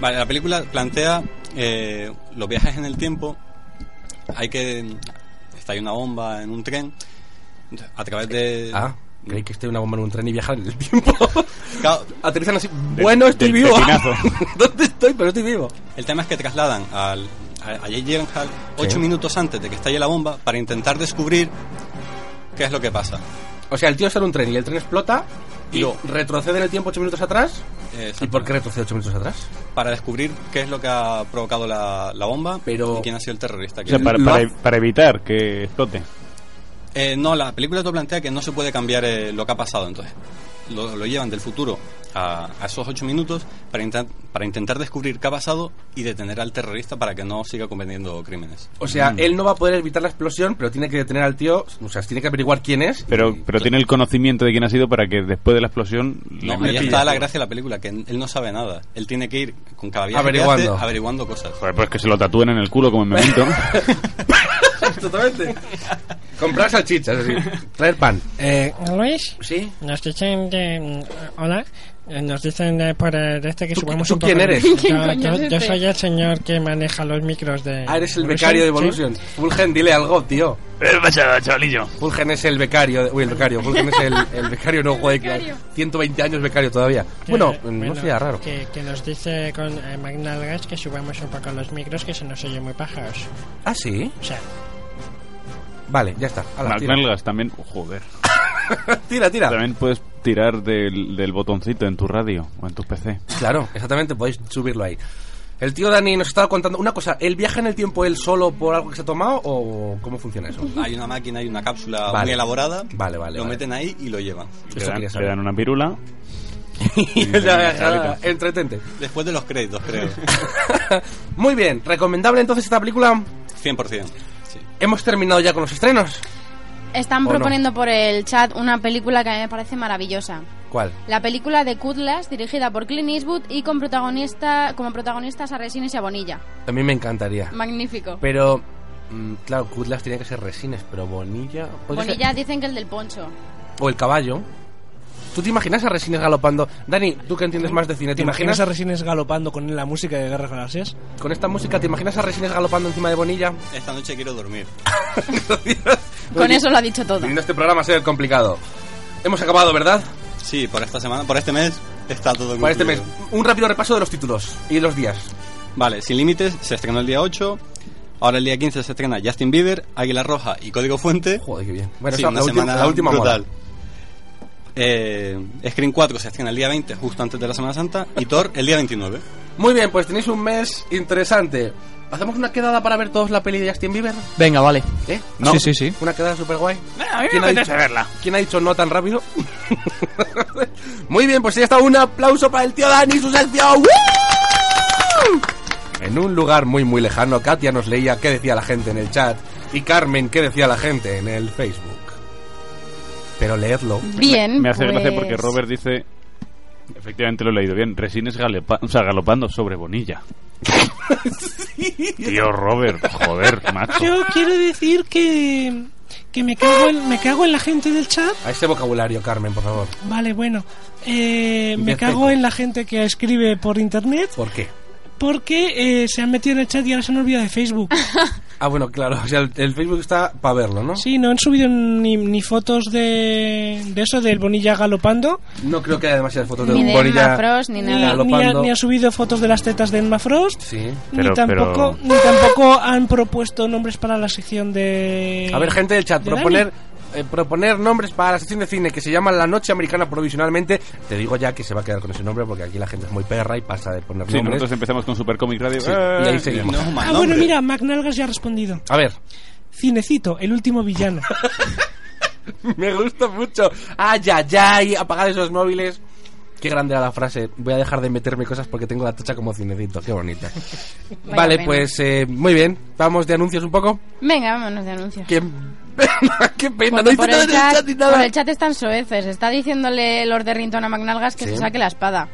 Vale, la película plantea eh, los viajes en el tiempo. Hay que. Está ahí una bomba en un tren. A través de.
Ah, creí que estoy una bomba en un tren y viajar en el tiempo.
Claro,
[LAUGHS] Aterrizan así. bueno, estoy
del
vivo.
pepinazo.
[LAUGHS] ¿Dónde estoy? Pero estoy vivo.
El tema es que trasladan al, a, a Jake Gyllenhaal ocho
Sí.
minutos antes de que estalle la bomba para intentar descubrir qué es lo que pasa.
O sea, el tío está en un tren y el tren explota y,
Y lo-
retrocede en el tiempo 8 minutos atrás.
Eh,
¿Y por qué retrocede 8 minutos atrás?
Para descubrir qué es lo que ha provocado la, la bomba
Pero-
y quién ha sido el terrorista.
O
que-
sea, para,
Lo
para-
hace-
para evitar que explote.
Eh, no, la película te plantea que no se puede cambiar eh, lo que ha pasado, entonces lo, lo llevan del futuro a, a esos ocho minutos para, inten- para intentar descubrir qué ha pasado y detener al terrorista para que no siga cometiendo crímenes.
O sea, él no va a poder evitar la explosión, pero tiene que detener al tío, o sea, tiene que averiguar quién es.
Pero, pero tiene el conocimiento de quién ha sido para que después de la explosión... le
No, ahí
pille.
está la gracia de la película, que él no sabe nada. Él tiene que ir con cada viaje que
Averiguando.
hace, averiguando cosas.
Joder, pues que se lo tatúen en el culo como en
[LAUGHS]
Memento.
Totalmente. Comprar salchichas, así. Traer pan.
Eh, Luis.
Sí.
Nos dicen de. mm, Hola. Eh, Nos dicen de, por eh, de este que subamos
tú
un poco.
quién
el-
eres?
Yo,
¿Quién
yo-
coño es
yo
este?
soy el señor que maneja los micros de.
Ah, eres el becario de Evolution. Fulgen, dile algo, tío. Fulgen es el becario. de- Uy, el becario. Fulgen es el, el becario no güey, que 120 años becario todavía.
Que-
Bueno, no
bueno,
sería raro.
Que, que nos dice con eh, Magnalgas que subamos un poco los micros que se nos oye muy pájaros.
Ah, sí.
O sea,
Vale, ya está. A la
Las
tira.
nalgas también... Joder.
[LAUGHS] tira, tira.
También puedes tirar del, del botoncito en tu radio o en tu PC.
Claro, exactamente, podéis subirlo ahí. El tío Dani nos estaba contando una cosa. ¿Él viaja en el tiempo él solo por algo que se ha tomado o cómo funciona eso?
Hay una máquina, hay una cápsula
Vale.
muy elaborada.
Vale, vale,
Lo
vale.
meten ahí y lo llevan.
Le dan, le
[LAUGHS]
dan una pirula.
O sea, nada, Entretente. [LAUGHS]
Después de los créditos, creo.
Muy bien, recomendable entonces esta película.
100%.
Hemos terminado ya con los estrenos.
Están
¿O no?
proponiendo por el chat una película que a mí me parece maravillosa.
¿Cuál?
La película de Kudlas, dirigida por Clint Eastwood y con protagonista, como protagonistas a Resines y a Bonilla.
A mí me encantaría.
Magnífico.
Pero, mm, claro, Kudlas tenía que ser resines, pero Bonilla. podría ser-
Bonilla dicen que el del poncho.
O el caballo. ¿Tú te imaginas a resines galopando? Dani, tú que entiendes más de cine,
¿Te
¿te
imaginas
imaginas
a Resines galopando con la música de Guerra de Galaxias?
con esta música? ¿Te imaginas a resines galopando encima de [LAUGHS] Bonilla?
Esta noche quiero dormir.
Con eso lo ha dicho todo.
Viniendo este programa a ser complicado. Hemos acabado, ¿verdad?
Sí, por esta semana, por este mes está todo
Para este mes,
concluido.
un rápido repaso de los títulos y los días.
Vale, Sin Límites se estrenó el día 8. Ahora el día 15 se estrena Justin Bieber, Águila Roja y Código Fuente.
Joder, qué bien. Bueno,
Sí,
esa-
una
la, última-
semana
la última moda.
brutal. Eh, Screen 4 se estrena el día 20, justo antes de la Semana Santa. Y Thor el día 29.
Muy bien, pues tenéis un mes interesante. ¿Hacemos una quedada para ver todos la peli de Justin Bieber?
Venga, vale.
¿Eh?
No. Sí, sí, sí.
Una quedada súper guay.
Eh, me apetece verla.
¿Quién ha dicho no tan rápido? [LAUGHS] Muy bien, pues ya está. Un aplauso para el tío Dani y su sección. ¡Woo! En un lugar muy, muy lejano, Katia nos leía qué decía la gente en el chat y Carmen qué decía la gente en el Facebook. Pero leedlo.
Bien,
Me hace gracia
pues-
porque Robert dice... Efectivamente lo he leído bien. Resines galepa- o sea, galopando sobre
[LAUGHS]
Bonilla. Tío Robert, joder, macho.
Yo quiero decir que. que me cago en, me cago en la gente del chat.
A ese vocabulario, Carmen, por favor.
Vale, bueno. Eh, me
Perfecto.
cago en la gente que escribe por internet
¿Por qué?
porque eh, se han metido en el chat y ahora se han olvidado de
[LAUGHS]
Facebook.
Ah, bueno, claro. [LAUGHS] O sea, el, el Facebook está para verlo, ¿no?
Sí, no han subido ni, ni fotos de, de eso, del Bonilla galopando.
No creo que haya demasiadas fotos de
Ni
un
de
gorila
Emma Frost,
ni
Ni, ni ha,
galopando.
ni ha subido fotos de las tetas de Emma Frost.
Sí.
Pero-
ni, tampoco,
pero-
ni tampoco han propuesto nombres para la sección de.
A ver, gente del chat,
Eh, de
proponer,
Dani.
eh, proponer nombres para la sección de cine que se llama La Noche Americana provisionalmente. Te digo ya que se va a quedar con ese nombre porque aquí la gente es muy perra y pasa de poner
Sí,
nombres.
nosotros empezamos con Supercomic Radio.
Sí, y ahí
Eh,
seguimos.
no,
Ah, bueno, mira, McNalgas ya ha respondido.
A ver,
Cinecito, el último villano.
[LAUGHS] me gusta mucho. Ay, ay, ay, apagad esos móviles. Qué grande era la frase. Voy a dejar de meterme cosas porque tengo la tacha como cinecito.
[LAUGHS]
Qué bonita.
Vaya
vale,
pena.
pues eh, muy bien. Vamos de anuncios un poco.
Venga, vámonos de anuncios.
Qué pena, [LAUGHS] qué pena.
Porque
no
por,
hice nada
el
en el
chat,
chat ni nada.
por el chat están soeces. Está diciéndole Lord de Rinton a McNalgas que
Sí.
se saque la espada.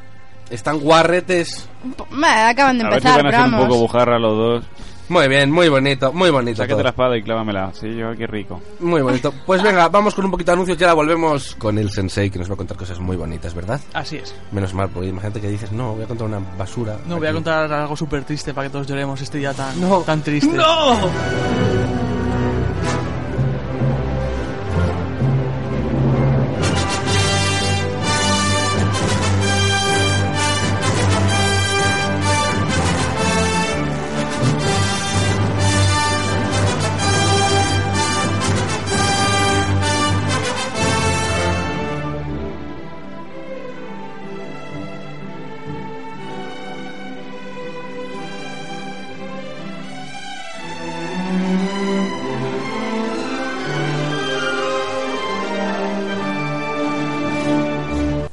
Están guarretes.
Po- bah, acaban de
A ver si
empezar,
van a
pero
hacer un
vamos.
poco bujarra los dos.
Muy bien, muy bonito, muy bonito.
Sáquete
todo.
la espada y clávamela. Sí, yo, qué rico.
Muy bonito. Pues venga, vamos con un poquito de anuncios y ahora volvemos con el sensei que nos va a contar cosas muy bonitas, ¿verdad?
[LAUGHS] Así es.
Menos mal, porque imagínate que dices, no, voy a contar una basura.
No, voy a contar algo súper triste para que todos lloremos este día tan, tan triste.
¡No!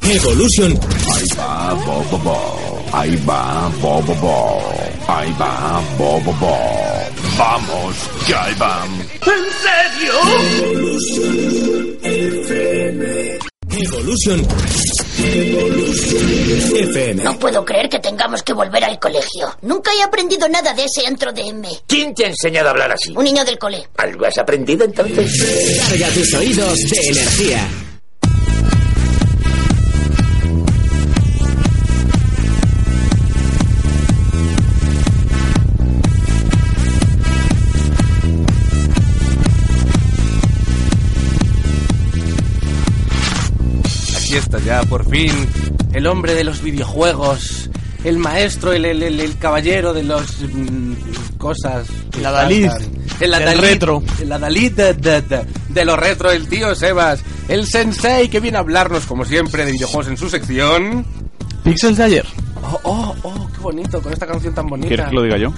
Evolution
Ahí va, bo, bo, bo. Ahí va, bo, bo, bo. Ahí va, bo, bo, bo. Vamos, que ahí va.
¿En serio?
Evolution FM.
No puedo creer que tengamos que volver al colegio. Nunca he aprendido nada de ese antro de M.
¿Quién te ha enseñado a hablar así?
Un niño del cole.
¿Algo has aprendido entonces?
Carga tus oídos de energía.
Aquí está ya, por fin, el hombre de los videojuegos, el maestro, el, el- el- el caballero de las cosas.
El adalid
El
del
adalid,
retro.
El adalid de, de- de- de lo retro, el tío Sebas. El sensei que viene a hablarnos, como siempre, de videojuegos en su sección.
Pixels de ayer.
Oh, oh, oh, qué bonito, con esta canción tan bonita.
¿Quieres que lo diga yo?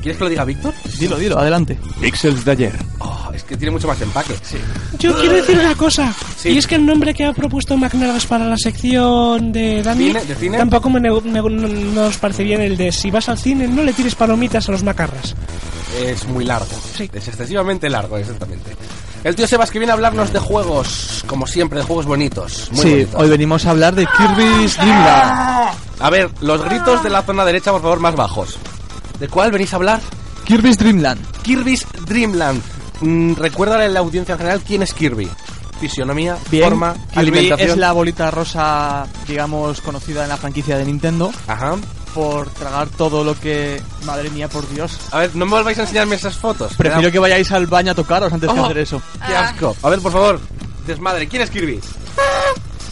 ¿Quieres que lo diga Víctor?
Dilo, dilo, adelante.
Pixels de ayer.
Oh, es que tiene mucho más empaque. Sí.
Yo quiero decir una cosa.
Sí.
Y es que el nombre que ha propuesto McNalgas para la sección de Dani
Cine, de cine.
tampoco me, ne- me- no- nos parece bien el de si vas al cine no le tires palomitas a los macarras.
Es muy largo. Es excesivamente largo, exactamente. El tío Sebas que viene a hablarnos de juegos, como siempre, de juegos bonitos. Muy
sí,
bonitos.
hoy venimos a hablar de Kirby's Dream Land.
A ver, los gritos de la zona derecha, por favor, más bajos. ¿De cuál venís a hablar?
Kirby's Dream Land.
Kirby's Dreamland. Mm, recuérdale a la audiencia en general quién es Kirby. Fisionomía,
Bien,
forma,
Kirby
alimentación.
es la bolita rosa, digamos, conocida en la franquicia de Nintendo.
Ajá.
Por tragar todo lo que... Madre mía, por Dios.
A ver, no me volváis a enseñarme esas fotos. Me
Prefiero
da-
que vayáis al baño a tocaros antes que
Oh.
hacer eso.
¡Qué asco! A ver, por favor, desmadre, ¿quién es Kirby?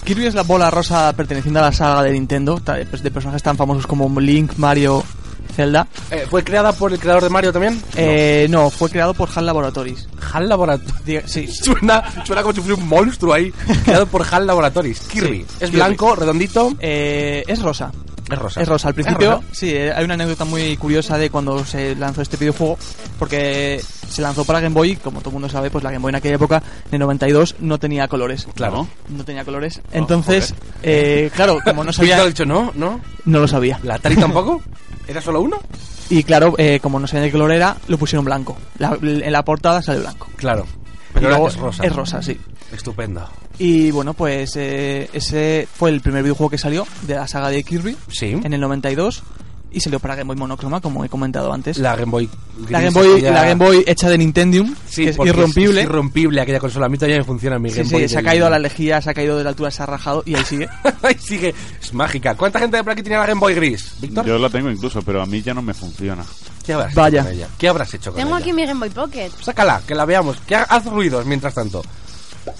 Kirby es la bola rosa perteneciente a la saga de Nintendo, ta- pues, de personajes tan famosos como Link, Mario, Zelda.
Eh, ¿Fue creada por el creador de Mario también?
Eh, no. fue creado por HAL Laboratories.
HAL
Laboratories. Sí.
Suena, suena como si fuera un monstruo ahí, creado por HAL Laboratories. Kirby. es blanco, redondito.
Eh, es rosa.
Es rosa.
Es rosa. Al
¿Es
principio,
rosa?
sí, eh, hay una anécdota muy curiosa de cuando se lanzó este videojuego, porque se lanzó para Game Boy, como todo el mundo sabe, pues la Game Boy en aquella época, en el 92, no tenía colores.
Claro. Oh,
No tenía colores. Entonces, eh, claro, como
[LAUGHS]
no sabía...
Víctor ha dicho, no, no.
No lo sabía. [LAUGHS]
¿La Atari tampoco? ¿Era solo uno?
Y claro, eh, como no sabía de qué color era, lo pusieron blanco. La- en la portada sale blanco.
Claro.
Y
Pero ahora
luego
es rosa.
Es rosa, sí.
Estupendo.
Y bueno, pues eh, ese fue el primer videojuego que salió de la saga de Kirby
Sí.
en el 92 y salió para Game Boy monocroma, como he comentado antes.
La Game Boy.
La
gris
Game Boy,
aquella-
la Game Boy hecha de Nintendium,
Sí,
que es
porque
irrompible.
Es irrompible aquella consola. A mí todavía me funciona mi
Sí,
Game
sí,
Boy.
se ha caído a la lejía, se ha caído de la altura, se ha rajado y ahí sigue.
[LAUGHS] Ahí sigue. Es mágica. ¿Cuánta gente de por aquí tiene la Game Boy gris? ¿Víctor?
Yo la tengo incluso, pero a mí ya no me funciona.
¿Qué habrás
Vaya.
hecho con ella? ¿Qué habrás hecho con
Tengo
ella?
aquí mi Game Boy Pocket.
Pues Sácala, que la veamos. Que ha- haz ruidos mientras tanto.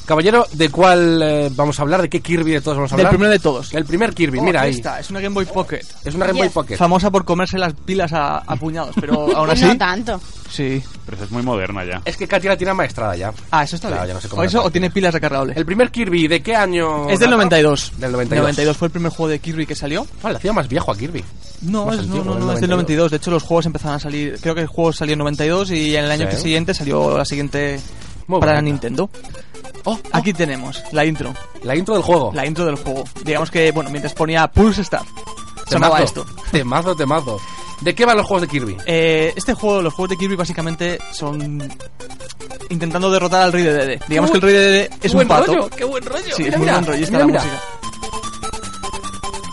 Caballero, ¿de cuál eh, vamos a hablar? ¿De qué Kirby de todos vamos a
Del
hablar?
primero de todos.
El primer Kirby,
Oh,
mira
aquí
ahí.
está, es una Game Boy Pocket.
Es una Game Boy Pocket.
Famosa por comerse las pilas a, a puñados,
[LAUGHS]
pero aún
Pues
así.
No tanto.
Sí.
Pero esa es muy moderna ya.
Es que Katy la tiene maestrada ya.
Ah, eso está
Claro,
bien.
ya no sé cómo
o
la
eso, o tiene pilas recargables.
El primer Kirby, ¿de qué año?
Es del
data?
92.
Del 92.
92 fue el primer juego de Kirby que salió.
Ah, le hacía más viejo a Kirby.
No,
Más
es, no, no,
antiguo, del
no, es del 92. De hecho, los juegos empezaron a salir. Creo que el juego salió en 92 y en el año
Sí.
que siguiente salió la siguiente
Muy
para
bonita.
Nintendo. Oh, Aquí tenemos la intro.
Oh, La intro del juego.
La intro del juego. Digamos que, bueno, mientras ponía Pulse Star, sonaba esto.
Temazo, temazo. ¿De qué van los juegos de Kirby?
Eh, este juego, los juegos de Kirby básicamente son intentando derrotar al rey de Dede. Digamos
Qué
que el rey de Dede
qué
es
buen
un pato.
rollo, qué buen rollo.
Sí,
Mira,
es muy
mira,
buen rollo. Está
mira,
la
mira.
música.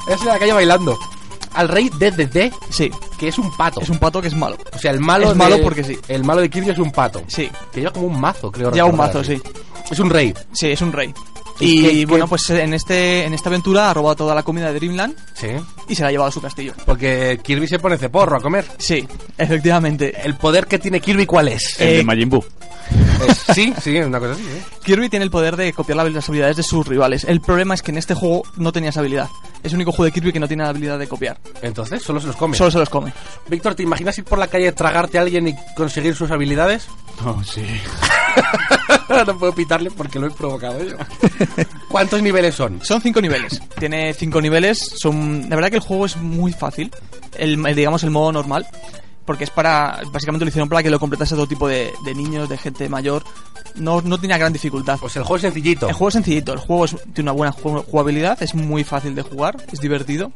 Es de la calle bailando. Al rey DDD,
Sí.
que es un pato.
Es un pato que es malo.
O sea, el malo
Es
de-
malo porque sí.
El malo de Kirby es un pato.
Sí.
Que lleva como un mazo, creo.
Lleva un
recordar.
mazo, sí.
Es un rey.
Sí, es un rey.
¿Y
Y,
qué- qué-
bueno, pues en este en esta aventura ha robado toda la comida de Dreamland
Sí.
y se la ha llevado a su castillo.
Porque Kirby se pone ceporro a comer.
Sí, efectivamente.
¿El poder que tiene Kirby cuál es?
El de
Eh,
Majin Buu.
[LAUGHS] Es- sí, sí, es una cosa así. ¿eh?
Kirby tiene el poder de copiar la- las habilidades de sus rivales. El problema es que en este juego no tenía esa habilidad. Es el único juego de Kirby que no tiene la habilidad de copiar.
Entonces, solo se los come.
Solo se los come.
Víctor, ¿te imaginas ir por la calle, tragarte a alguien y conseguir sus habilidades?
Oh, sí.
[LAUGHS] no puedo pitarle porque lo he provocado [LAUGHS] yo. ¿Cuántos niveles son?
Son cinco niveles. Tiene cinco niveles. Son, la verdad que el juego es muy fácil. El, el- digamos el eh, modo normal. porque es para. Básicamente lo hicieron para que lo completase todo tipo de, de niños, de gente mayor. No, no tenía gran dificultad.
Pues el juego es sencillito.
El juego es sencillito, el juego es- tiene una buena ju- jugabilidad, es muy fácil de jugar, es divertido.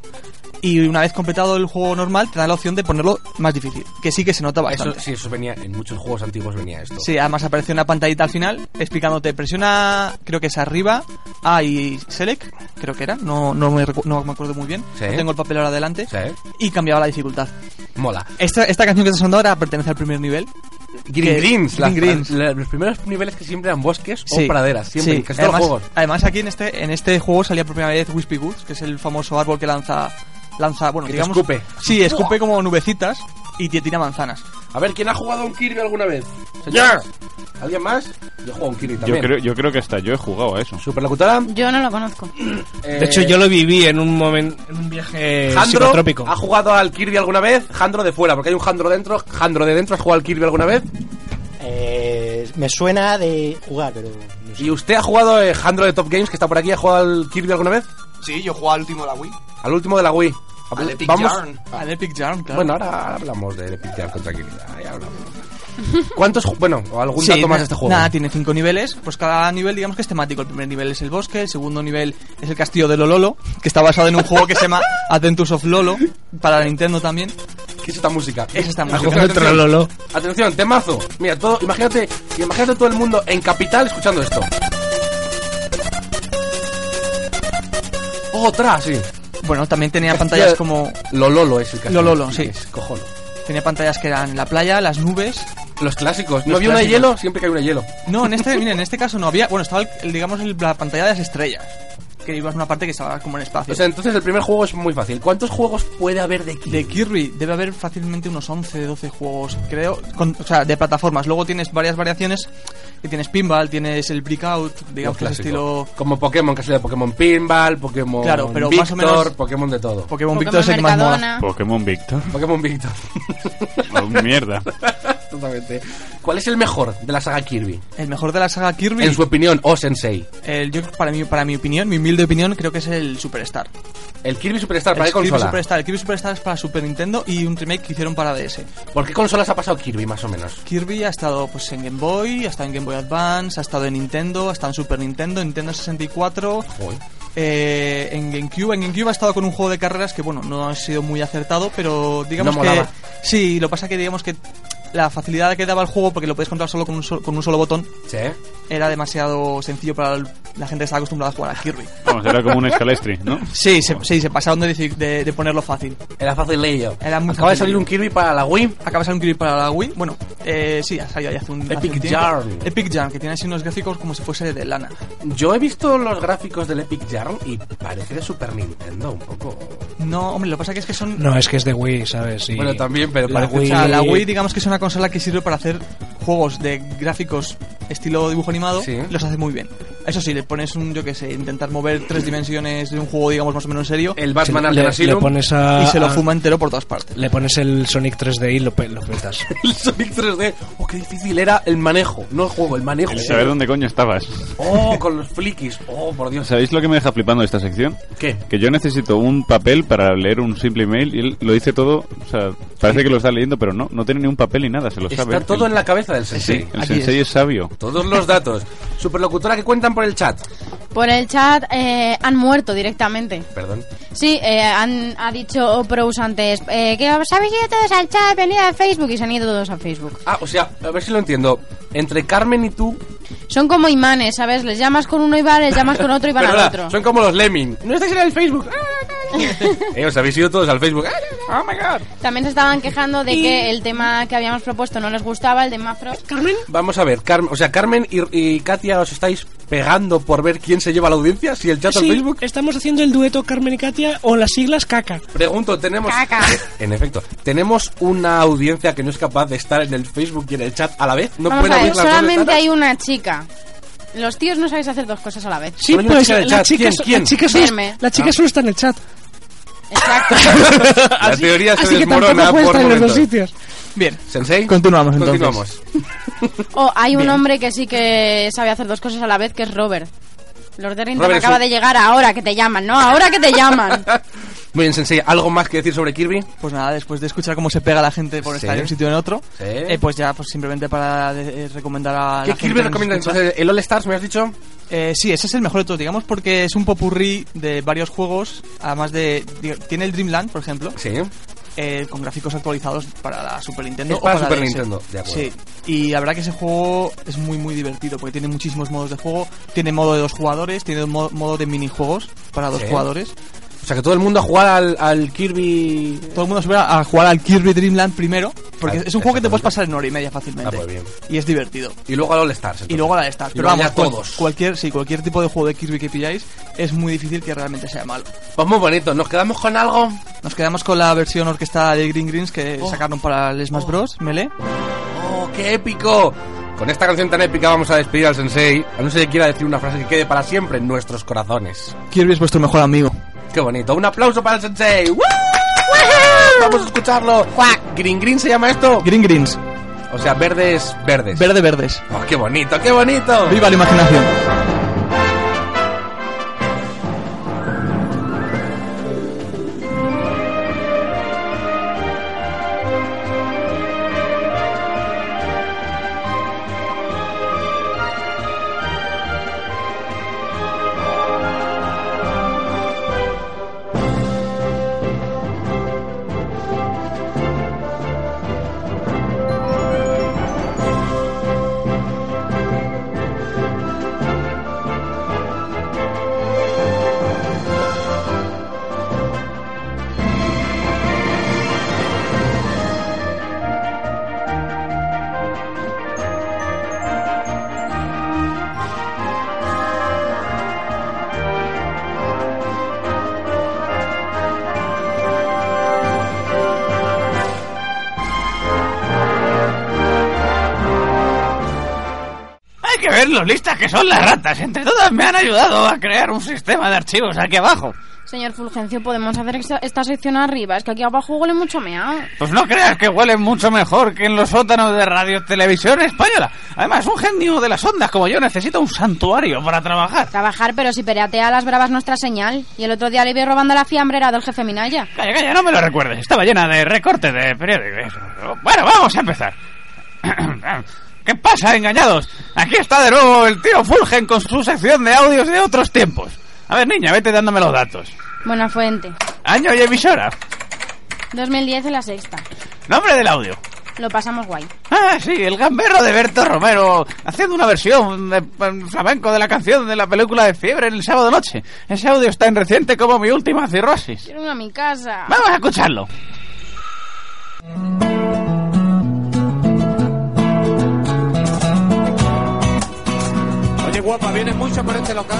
Y una vez completado el juego normal, te da la opción de ponerlo más difícil, que sí que se nota bastante.
Eso, sí, eso venía, en muchos juegos antiguos venía esto.
Sí, además aparece una pantallita al final explicándote, presiona, creo que es arriba, A y Select, creo que era, no, no, me, recu- no me acuerdo muy bien,
Sí.
no tengo el papel ahora adelante,
Sí.
y cambiaba la dificultad.
¿eh? Mola.
Esta, esta canción que está sonando ahora pertenece al primer nivel.
Green
que-
Greens,
Green
las-
Greens.
la- los primeros niveles que siempre eran bosques
Sí,
o praderas, siempre,
sí.
en casi todos los
además,
juegos.
además aquí en este, en este juego salía por primera vez Wispy Woods, que es el famoso árbol que lanza, lanza bueno,
Que te
digamos...
escupe.
Sí, escupe como nubecitas y te tira manzanas.
A ver, ¿quién ha jugado a un Kirby alguna vez? Señor. ¿Alguien más? Yo juego a un Kirby
Yo
también.
creo, yo creo que hasta yo he jugado a eso.
¿Superlocutora?
Yo no lo conozco.
De hecho, yo lo viví en un momento, en un
Eh,
viaje
Eh, Jandro,
psicotrópico.
¿ha jugado al Kirby alguna vez? Jandro de fuera, porque hay un Jandro dentro. Jandro de dentro, ¿has jugado al Kirby alguna vez?
Eh, me suena de jugar, pero.
¿Y usted ha jugado, eh, Jandro de Top Games, que está por aquí, ha jugado al Kirby alguna vez?
Sí, yo jugaba al último de la Wii.
Al último de la Wii.
Al Epic Yarn.
Al Epic Yarn, claro.
Bueno, ahora hablamos de Epic Yarn con tranquilidad. ya hablamos. ¿Cuántos, ju- bueno, algún
Sí,
dato más
na-
de este juego?
Nada, tiene cinco niveles. Pues cada nivel, digamos que es temático. El primer nivel es el bosque, el segundo nivel es el castillo de Lololo, que está basado en un juego que se
[LAUGHS]
llama Adventures of Lolo, para la Nintendo también.
¿Qué es esta música?
Es esta
Atención,
música.
atención. Atención, temazo. Mira, todo, imagínate, imagínate todo el mundo en capital escuchando esto. Otra, sí.
Bueno, también tenía
Castillo-
pantallas como.
Lololo es el castillo.
Lololo, sí.
Es cojolo.
Tenía pantallas que eran la playa, las nubes.
Los clásicos. ¿No
Los
había una de
clásicos.
hielo? Siempre que hay una de hielo.
No, en este, mira, en este caso no había. Bueno, estaba, el- el, digamos, el- la pantalla de las estrellas. Que ibas a una parte que estaba como en espacio.
O sea, entonces el primer juego es muy fácil. ¿Cuántos juegos puede haber de Kirby?
De Kirby debe haber fácilmente unos 11, 12 juegos, creo, con- o sea, de plataformas. Luego tienes varias variaciones, que tienes pinball, tienes el breakout, digamos que
Los
es
clásicos.
estilo
Como Pokémon, que ha sido Pokémon Pinball, Pokémon
Claro, pero
Victor,
más o menos-
Pokémon de todo.
Pokémon Victor es el que más mola.
Pokémon Victor.
Pokémon [LAUGHS] Victor.
Oh, mierda.
Totalmente. ¿Cuál es el mejor de la saga Kirby?
El mejor de la saga Kirby,
En su opinión, o Sensei.
el- yo creo que para mi, para mi opinión, mi humilde opinión, creo que es el Superstar.
El Kirby Superstar, ¿para
el
qué
Kirby
consola?
Superstar, el Kirby Superstar es para Super Nintendo y un remake que hicieron para DS.
¿Por qué consolas ha pasado Kirby, más o menos?
Kirby ha estado pues en Game Boy, ha estado en Game Boy Advance, ha estado en Nintendo, ha estado en Super Nintendo, Nintendo 64, eh, en GameCube. En GameCube ha estado con un juego de carreras que bueno, no ha sido muy acertado, pero digamos
No
que
molaba.
sí, lo pasa que digamos que la facilidad que daba el juego porque lo puedes controlar solo con un, sol- con un solo botón.
Sí. ¿eh?
Era demasiado sencillo para el- la gente que estaba acostumbrada a jugar a Kirby.
Vamos, era como un escalestri, ¿no?
Sí, se, sí, se pasaron de, decir- de- de ponerlo fácil.
Era fácil ello.
Era muy
Acaba de
fácil.
salir un Kirby para la Wii.
Acaba de salir un Kirby para la Wii. Bueno, eh, sí, ha salido ya hace un. hace
Epic
un tiempo.
Yarn.
Epic Yarn, que tiene así unos gráficos como si fuese de lana.
Yo he visto los gráficos del Epic Yarn y parece de Super Nintendo un poco.
No, hombre, lo que pasa que es que son.
No, es que es de Wii, ¿sabes? Y
Bueno, también, pero
la
parece-
O
Wii...
sea, la Wii, digamos que es una consola que sirve para hacer juegos de gráficos estilo dibujo animado.
Sí.
Los hace muy bien. Eso sí, le pones un, yo qué sé, intentar mover tres dimensiones de un juego, digamos, más o menos serio.
El Ah, Batman
le-
Arkham
le
Asylum.
pones a-
Y se lo
a-
fuma entero por todas partes.
Le pones el Sonic 3D y lo, pe- lo petas.
[LAUGHS] El Sonic 3D. Oh, qué difícil era el manejo. No el juego, el manejo.
El saber dónde coño estabas.
Oh, con los flikis. Oh, por Dios.
¿Sabéis lo que me deja flipando de esta sección?
¿Qué?
Que yo necesito un papel para leer un simple email y él lo dice todo. O sea, parece que lo está leyendo, pero no, no tiene ni un papel ni nada, se lo sabe.
Está todo
El-
en la cabeza del
Sí,
sensei.
el sensei es. sabio.
Todos los datos. Superlocutora que cuentan por el chat.
Por el chat eh, han muerto directamente.
Perdón.
Sí, eh, han, ha dicho Prous antes eh, que os habéis ido todos al chat, venid a Facebook y se han ido todos a Facebook.
Ah, o sea, a ver si lo entiendo. Entre Carmen y tú.
Son como imanes, ¿sabes? Les llamas con uno y van, les llamas con otro y van al
Perdona,
otro.
Son como los Lemming. No estáis en el Facebook. Eh, os habéis ido todos al Facebook. Ah,
Oh my god. También se estaban quejando de que el tema que habíamos propuesto no les gustaba, el de Mafro. Carmen.
Vamos a ver, Carmen, o sea, Carmen y, y Katia os estáis pegando por ver quién se lleva la audiencia, si el chat o el
Sí,
Facebook.
estamos haciendo el dueto Carmen y Katia o las siglas caca.
Pregunto, tenemos Eh, En efecto, tenemos una audiencia que no es capaz de estar en el Facebook y en el chat a la vez. No
Vamos
pueden
a ver,
abrir las dos
solamente
ventanas? [LAUGHS]
hay una chica. Los tíos no sabéis hacer dos cosas a la vez.
Sí,
Pero hay una
pues
chica en
la
el
chica,
chat. ¿Quién?
so-
¿Quién?
La chica, solo,
Verme.
la chica
Ah.
solo está en el chat.
La teoría se
así que
desmorona
tampoco puede
por
estar en los dos
momentos.
sitios.
Bien.
Sensei.
Continuamos entonces.
Continuamos.
O hay un
Bien.
hombre que sí que sabe hacer dos cosas a la vez, que es Robert. Lord Derrington
Robert es
acaba
un-
de llegar ahora que te llaman, ¿no? Ahora que te llaman.
Muy bien, Sensei, ¿algo más que decir sobre Kirby?
Pues nada, después de escuchar cómo se pega la gente por
Sí.
estar en un sitio o en otro,
Sí.
eh, pues ya pues simplemente para de- eh, recomendar a
¿Qué
la gente que
Kirby
nos
recomienda
escucha.
entonces? ¿El All Stars, me has dicho?
Eh, sí, ese es el mejor de todos, digamos, porque es un popurrí de varios juegos, además de... digo, tiene el Dreamland, por ejemplo.
Sí.
eh, con gráficos actualizados para la Super Nintendo.
Es
o
para
la
Super
DS.
Nintendo, de acuerdo.
Sí, y la verdad que ese juego es muy, muy divertido, porque tiene muchísimos modos de juego, tiene modo de dos jugadores, tiene mo- modo de minijuegos para dos
Sí.
jugadores.
O sea, que todo el mundo a jugar al, al Kirby...
Todo el mundo se va a jugar al Kirby Dreamland primero, porque
Ah,
es un juego que te puedes pasar en hora y media fácilmente.
Ah, pues bien.
Y es divertido.
Y luego al All Stars.
Y luego la de Stars.
Y
Pero
luego
vamos,
ya
cual-
todos.
cualquier, sí, cualquier tipo de juego de Kirby que pilláis es muy difícil que realmente sea malo.
Pues muy bonito, ¿nos quedamos con algo?
Nos quedamos con la versión orquesta de Green Greens que sacaron para el Smash Bros. Melee.
¡Oh, qué épico! Con esta canción tan épica vamos a despedir al Sensei, a no ser que quiera decir una frase que quede para siempre en nuestros corazones.
Kirby es vuestro mejor amigo.
¡Qué bonito! ¡Un aplauso para el Sensei! ¡Woo! ¡Vamos a escucharlo! ¿Green Green se llama esto?
Green Greens.
O sea, verdes, verdes.
Verde verdes.
¡Oh, qué bonito, qué bonito!
Viva la imaginación.
Hay que ver lo listas que son las ratas. Entre todas me han ayudado a crear un sistema de archivos aquí abajo.
Señor Fulgencio, podemos hacer esta, esta sección arriba. Es que aquí abajo huele mucho a meao.
Pues no creas que huelen mucho mejor que en los sótanos de Radio Televisión Española. Además, un genio de las ondas como yo necesita un santuario para trabajar.
Trabajar, pero si peratea a las bravas nuestra señal. Y el otro día le vi robando la fiambrera del jefe Minaya.
Calla, calla, no me lo recuerdes. Estaba llena de recortes de periódicos. Bueno, vamos a empezar. [CLEARS THROAT] ¿Qué pasa, engañados? Aquí está de nuevo el tío Fulgen con su sección de audios de otros tiempos. A ver, niña, vete dándome los datos.
Buena fuente.
Año y emisora.
2010 en la sexta.
Nombre del audio.
Lo pasamos guay.
Ah, sí, el gamberro de Berto Romero, haciendo una versión de, en flamenco de la canción de la película de Fiebre en el sábado noche. Ese audio es tan reciente como mi última cirrosis.
Quiero irme a mi casa.
Vamos a escucharlo.
Oye, guapa, ¿vienes mucho por este local?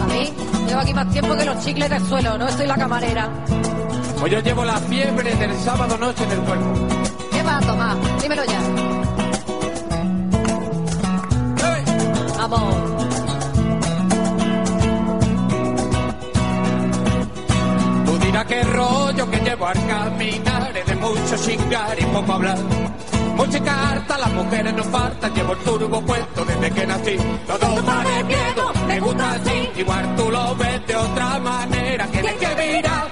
A mí, llevo aquí más tiempo que los chicles del suelo, no estoy la camarera.
Pues yo llevo la fiebre del sábado noche en el cuerpo.
¿Qué vas a tomar? Dímelo ya. Vamos.
Tú dirás qué rollo que llevo al caminar, es de mucho chingar y poco hablar. Mucha carta, las mujeres no faltan, llevo el turbo puesto desde que nací. Todo pare miedo, me gusta así, igual tú lo ves de otra manera. Tienes que mirar,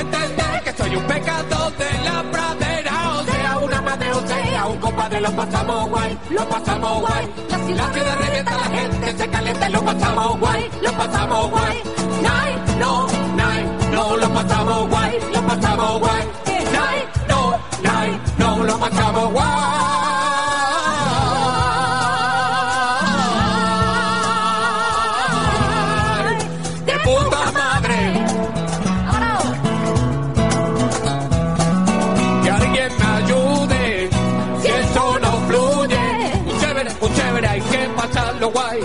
entender que soy un pecado de la pradera, o sea, una madre, o sea, un compadre, lo pasamos guay, lo pasamos guay. La ciudad, revienta, la gente se calienta, y lo pasamos guay, lo pasamos guay. Nay, no, nay, no lo pasamos guay, lo pasamos guay. Eh, Nay, no, nay, no lo pasamos guay. De puta madre. Que alguien me ayude, si eso no fluye. Un chévere, un chévere, hay que pasarlo guay.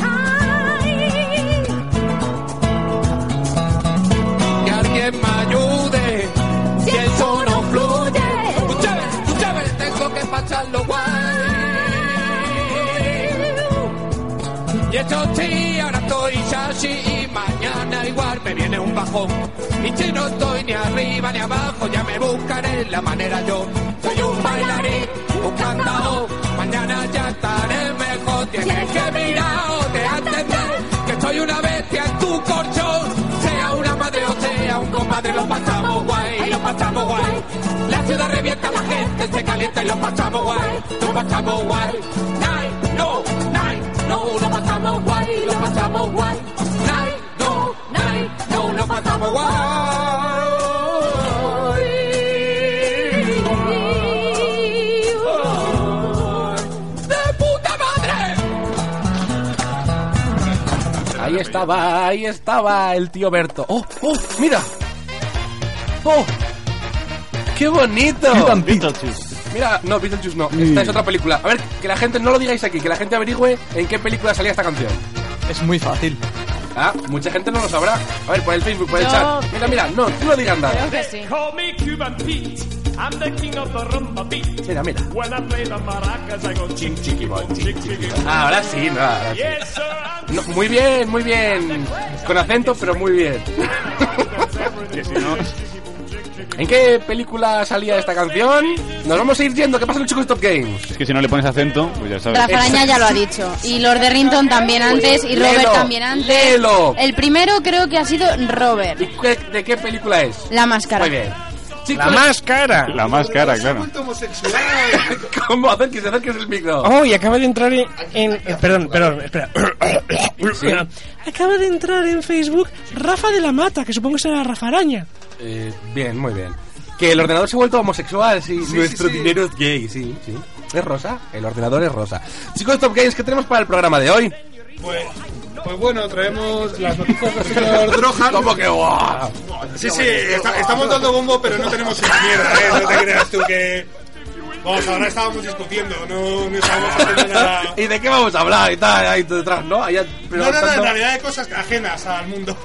que alguien me ayude. Si eso no fluye, escúchame, escúchame, tengo que pasarlo guay. Y eso sí, ahora estoy así y mañana igual me viene un bajón. Y si no estoy ni arriba ni abajo, ya me buscaré la manera yo. Soy un bailarín, un cantao, mañana ya estaré mejor. Tienes que mirar, o te has de entender que soy una bestia en tu colchón. Sea una madre o sea un compadre, lo pasamos guay, La ciudad revienta, la gente se calienta y lo pasamos guay, lo pasamos guay. Night, no, night, no, lo pasamos guay, lo pasamos guay. Night, no, night, no, lo pasamos guay. ¡De puta madre!
Ahí estaba, ahí estaba el tío Berto. ¡Oh, oh, mira! ¡Oh! ¡Qué bonito! Mira, no, Beetlejuice no. Esta es otra película. A ver, que la gente no lo digáis aquí, que la gente averigüe en qué película salía esta canción.
Es muy fácil.
Ah, mucha gente no lo sabrá. A ver, por el Facebook, por el
Yo-
chat. Mira, mira, no, tú no digas nada.
Call me Cuban Pete. I'm the king of the rumba beat.
Mira, mira.
When I play the maracas, I go chick, chicky, boom, chick, chicky, boom.
Ahora sí, no, ahora sí.
Yes, sir, I'm
No, muy bien, muy bien. Con acento, pero muy bien. ¿En qué película salía esta canción? Nos vamos a ir yendo. ¿Qué pasa en Chicos Top Games?
Es que si no le pones acento, pues ya sabes.
Rafa Araña ya lo ha dicho. Y Lord Derrington también antes. Y Robert
Léelo,
también antes. Eh.
léelo.
El primero creo que ha sido Robert.
¿Qué- ¿De qué película es?
La máscara.
Muy bien.
La más
cara.
La más cara, claro.
[LAUGHS] ¿Cómo? Acérquese, acérquese el micro.
Oh, y acaba de entrar en... en- eh, perdón, perdón, espera.
Sí.
Acaba de entrar en Facebook Rafa de la Mata, que supongo será Rafa Araña.
Eh, bien, muy bien. Que el ordenador se ha vuelto homosexual, sí.
Sí,
Nuestro
sí, sí.
dinero es gay, sí, sí. ¿Es rosa? El ordenador es rosa. Chicos Top Games, ¿qué tenemos para el programa de hoy?
Pues, pues bueno, traemos las noticias del señor Drohan.
¿Cómo que guau?
Sí, sí, eh, está- estamos dando bombo, pero no tenemos una mierda, ¿eh? No te creas tú que. Vamos, ahora estábamos discutiendo, no, no estábamos haciendo nada.
[LAUGHS] ¿Y de qué vamos a hablar y tal? Ahí detrás, ¿no? Allá, pero
No, no, no, en
tanto-
realidad de cosas ajenas al mundo.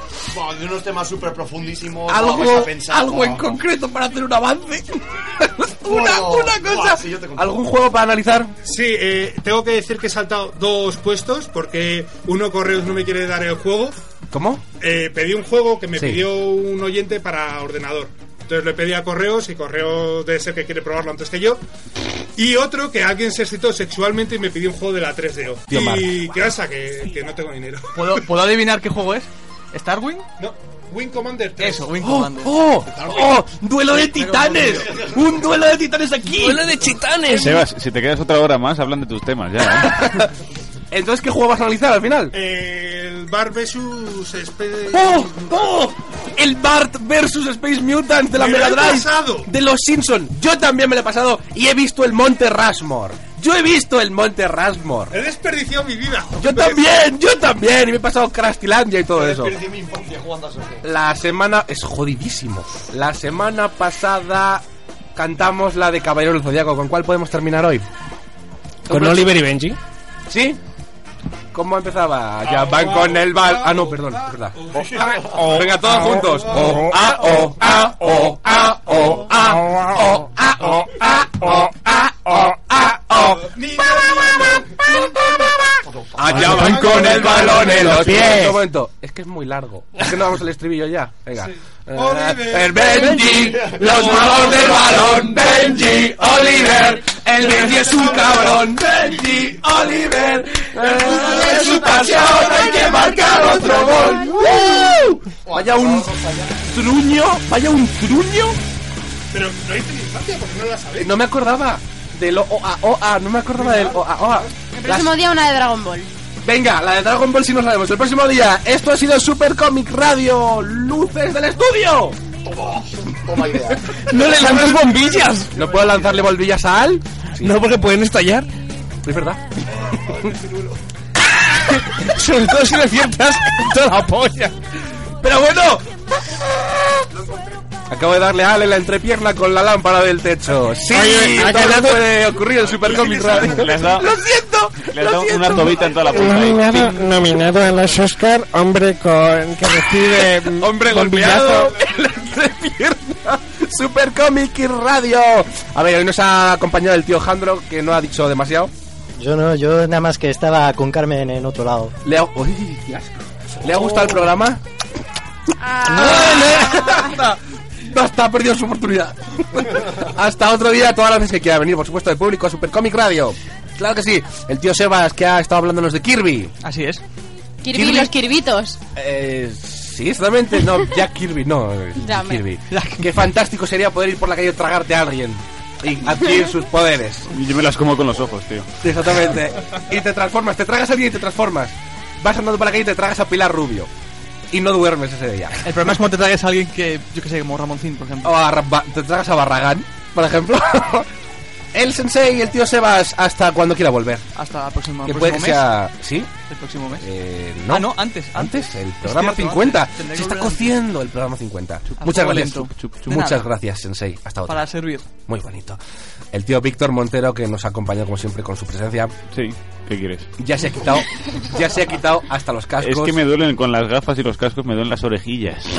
de unos temas súper profundísimos.
algo, algo en concreto para hacer un avance. [LAUGHS] una, una cosa. ¿Algún juego para analizar?
Sí, eh, tengo que decir que he saltado dos puestos porque uno Correos no me quiere dar el juego.
¿Cómo?
Eh, pedí un juego que me
Sí.
pidió un oyente para ordenador. Entonces le pedí a Correos y Correos debe ser que quiere probarlo antes que yo. Y otro que alguien se excitó sexualmente y me pidió un juego de la 3DO.
Tío Mark.
y qué pasa, que, que no tengo dinero.
¿Puedo, ¿Puedo adivinar qué juego es? ¿Starwing?
No, Wing Commander
3. Eso, Wing
¡Oh!
Commander.
¡Oh! ¡Oh! ¡Duelo de titanes! ¡Un duelo de titanes aquí! ¡Duelo de titanes!
Sebas, si te quedas otra hora más, hablan de tus temas ya. ¿eh?
Entonces, ¿qué juego vas a analizar al final?
El Bar vs. Space.
¡Oh! ¡Oh! El Bart versus Space Mutants de la
Me lo
Mega
he
Drive
pasado.
de los Simpson. Yo también me lo he pasado y he visto el Monte Rasmor. Yo he visto el Monte Rasmor.
He desperdiciado mi vida.
[LAUGHS] Yo también, yo también. Y me he pasado Crastilandia y todo eso.
Desperdicié mi infancia jugando a Sofía.
La semana es jodidísimo. La semana pasada cantamos la de Caballero del Zodiaco. ¿Con cuál podemos terminar hoy?
Con Oliver y Benji.
¿Sí? ¿Cómo empezaba? Ya van con el bal. Ah, no, perdón, es verdad. Oh, Venga, todos juntos. Oh, ah, oh, ah, oh, ah, oh, ah, oh, ah, oh, ah, oh, ah, oh, ah, oh. Allá Ah, van con el balón en los pies. Un momento, es que es muy largo. Es que no vamos al estribillo ya. Venga. Eh, el Benji, los malos del balón. Benji, Oliver, el Benji es un cabrón. Benji, Oliver, eh, es su pasión. Hay que marcar otro gol. ¡Uh! Vaya un truño, vaya un truño.
Pero no hice mi infancia porque no la sabéis.
No me acordaba del OA, OA, no me acordaba del OA, OA.
El próximo día una de Dragon Ball.
Venga, la de Dragon Ball si no sabemos. El próximo día, esto ha sido Super Comic Radio. Luces del estudio.
Toma idea.
[LAUGHS] No le lanzas bombillas. No puedo lanzarle bombillas a Al. No, porque pueden estallar. Es verdad. [LAUGHS] Sobre todo si le aciertas toda la polla. Pero bueno. Acabo de darle a Ale la entrepierna con la lámpara del techo. Sí,
Oye, ha
todo
quedado-
puede ocurrir en Super [LAUGHS] Comic Radio.
Le has dado-
Lo siento.
[LAUGHS] Le has dado una tobita en toda la punta. ahí.
Nominado, nominado a los Oscar, hombre con que recibe
Hombre golpeado en la entrepierna. Super Comic y Radio. A ver, hoy nos ha acompañado el tío Jandro, que no ha dicho demasiado.
Yo no, yo nada más que estaba con Carmen en otro lado.
Le ha, uy, qué asco. ¿Le ha gustado el programa? [LAUGHS] No está, ha perdido su oportunidad. Hasta otro día, todas las veces que quiera venir, por supuesto, de público a Super Comic Radio. Claro que sí, el tío Sebas que ha estado hablándonos de Kirby.
Así es.
Kirby y los Kirbitos.
Eh, sí, Sí, solamente. No, Jack Kirby, no. eh,
Ya, hombre.
Kirby. Qué fantástico sería poder ir por la calle y tragarte a alguien y adquirir sus poderes.
Yo me las como con los ojos, tío.
Exactamente. Y te transformas, te tragas a alguien y te transformas. Vas andando por la calle y te tragas a Pilar Rubio. Y no duermes ese día.
El problema es cuando te traes a alguien que, yo que sé, como Ramoncín, por ejemplo.
O a Ra- Ba- te tragas a Barragán, por ejemplo. [LAUGHS] El sensei y el tío Sebas hasta cuando quiera volver.
Hasta la próxima.
Que
el
puede que
próximo
sea...
mes.
¿Sí?
El próximo mes.
Eh, no.
Ah, no, antes,
Antes, el programa
Es cierto,
50.
antes. Tendré
Se
que
está
volver antes.
cociendo el programa 50.
Chup,
Muchas
chup,
gracias.
chup, chup, chup. De
Muchas
nada.
gracias, Sensei. Hasta otra.
Para servir.
Muy bonito. El tío Víctor Montero, que nos acompaña como siempre con su presencia.
Sí, ¿qué quieres?
Ya se ha quitado, ya se ha quitado hasta los cascos.
Es que me duelen con las gafas y los cascos, me duelen las orejillas.
[LAUGHS]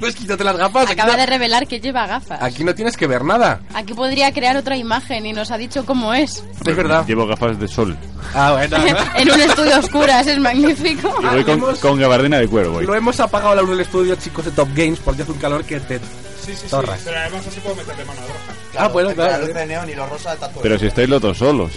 Pues quítate las gafas. Aquí
Acaba de
no,
revelar que lleva gafas.
aquí no tienes que ver nada.
Aquí podría crear otra imagen y nos ha dicho cómo es.
Es verdad.
Llevo gafas de sol.
Ah,
[LAUGHS]
bueno.
En un estudio [LAUGHS] a oscuras, es magnífico.
Y voy con, con gabardina de cuero, voy.
Lo hemos apagado la luz del estudio, chicos de Top Games, porque hace un calor que te
Sí, sí, sí.
torras.
Pero además así puedo meterle mano a roja.
Ah, bueno,
Entre la
claro.
luz de neón y los rosa del tatuaje.
Pero si estáis los dos [LAUGHS] solos.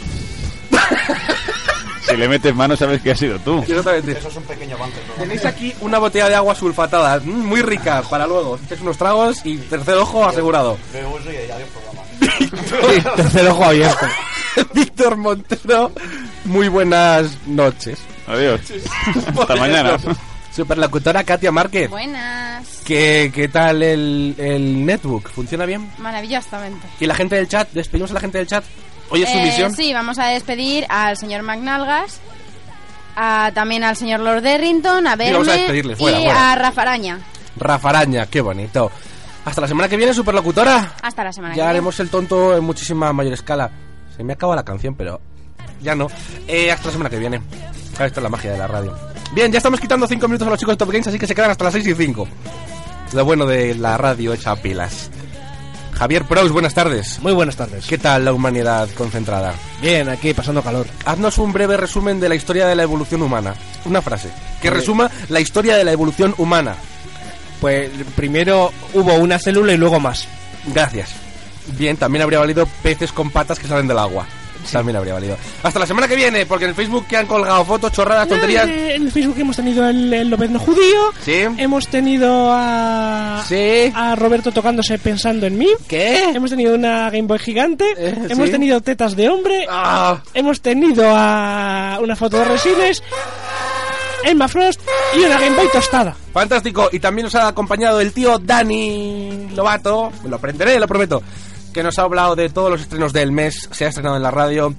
si le metes mano, sabes que ha sido tú.
Exactamente.
Eso es un pequeño avance.
Tenéis aquí una botella de agua sulfatada, mm, muy rica, para luego. Echáis unos tragos y tercer ojo [LAUGHS] asegurado.
De uso y adiós programa.
tercer ojo abierto. [LAUGHS] Víctor Montero, muy buenas noches.
Adiós. [LAUGHS] Hasta mañana.
Superlocutora Katia Márquez.
Buenas.
¿Qué, qué tal el, el netbook? ¿Funciona bien?
Maravillosamente.
¿Y la gente del chat? ¿Despedimos a la gente del chat? Oye, es su
Eh,
misión.
Sí, vamos a despedir al señor McNalgas, a- también al señor Lord Derrington, a
Digo, vamos a
Berme
despedirle, fuera,
y
fuera.
a Rafa Araña.
Rafa Araña, qué bonito. Hasta la semana que viene, superlocutora.
Hasta la semana que
Ya
viene.
haremos el tonto en muchísima mayor escala. Se me acaba la canción, pero ya no. Eh, hasta la semana que viene. Ah, Esta es la magia de la radio. Bien, ya estamos quitando 5 minutos a los chicos de Top Games, así que se quedan hasta las 6 y 5. Lo bueno de la radio hecha a pilas. Javier Prous, buenas tardes.
Muy buenas tardes.
¿Qué tal la humanidad concentrada?
Bien, aquí pasando calor.
Haznos un breve resumen de la historia de la evolución humana. Una frase. Que
Vale.
resuma la historia de la evolución humana.
Pues primero hubo una célula y luego más.
Gracias. Bien, también habría valido peces con patas que salen del agua. También habría valido. Hasta la semana que viene, porque en el Facebook que han colgado fotos, chorradas, tonterías.
En el Facebook hemos tenido el, el Lobezno judío.
Sí.
Hemos tenido a. A Roberto tocándose pensando en mí.
¿Qué? Eh,
Hemos tenido una Game Boy gigante. hemos
sí. Ah.
tenido tetas de hombre. Hemos tenido a. Una foto de resines. Emma Frost. Y una Game Boy tostada.
Fantástico. Y también nos ha acompañado el tío Dani Lobato. Lo aprenderé, lo prometo. Que nos ha hablado de todos los estrenos del mes. Se ha estrenado en la radio.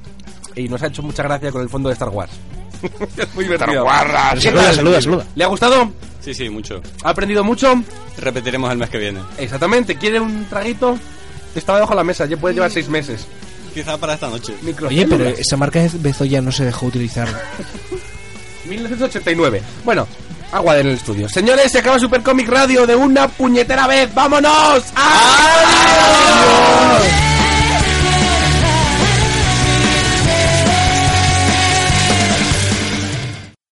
Y nos ha hecho mucha gracia con el fondo de Star Wars. [LAUGHS] es muy divertido.
Wars.
¿Qué
Saluda,
tal?
saluda, saluda.
¿Le ha gustado?
Sí, sí, mucho.
¿Ha aprendido mucho?
Repetiremos el mes que viene.
Exactamente. ¿Quiere un traguito? Estaba debajo de la mesa. Ya puede llevar seis meses.
Quizá para esta noche.
Oye, pero
Microcélulas.
esa marca de Bezoya no se dejó utilizar.
1989. Bueno, agua en el estudio. Señores, se acaba Super Comic Radio de una puñetera vez. ¡Vámonos! ¡Adiós!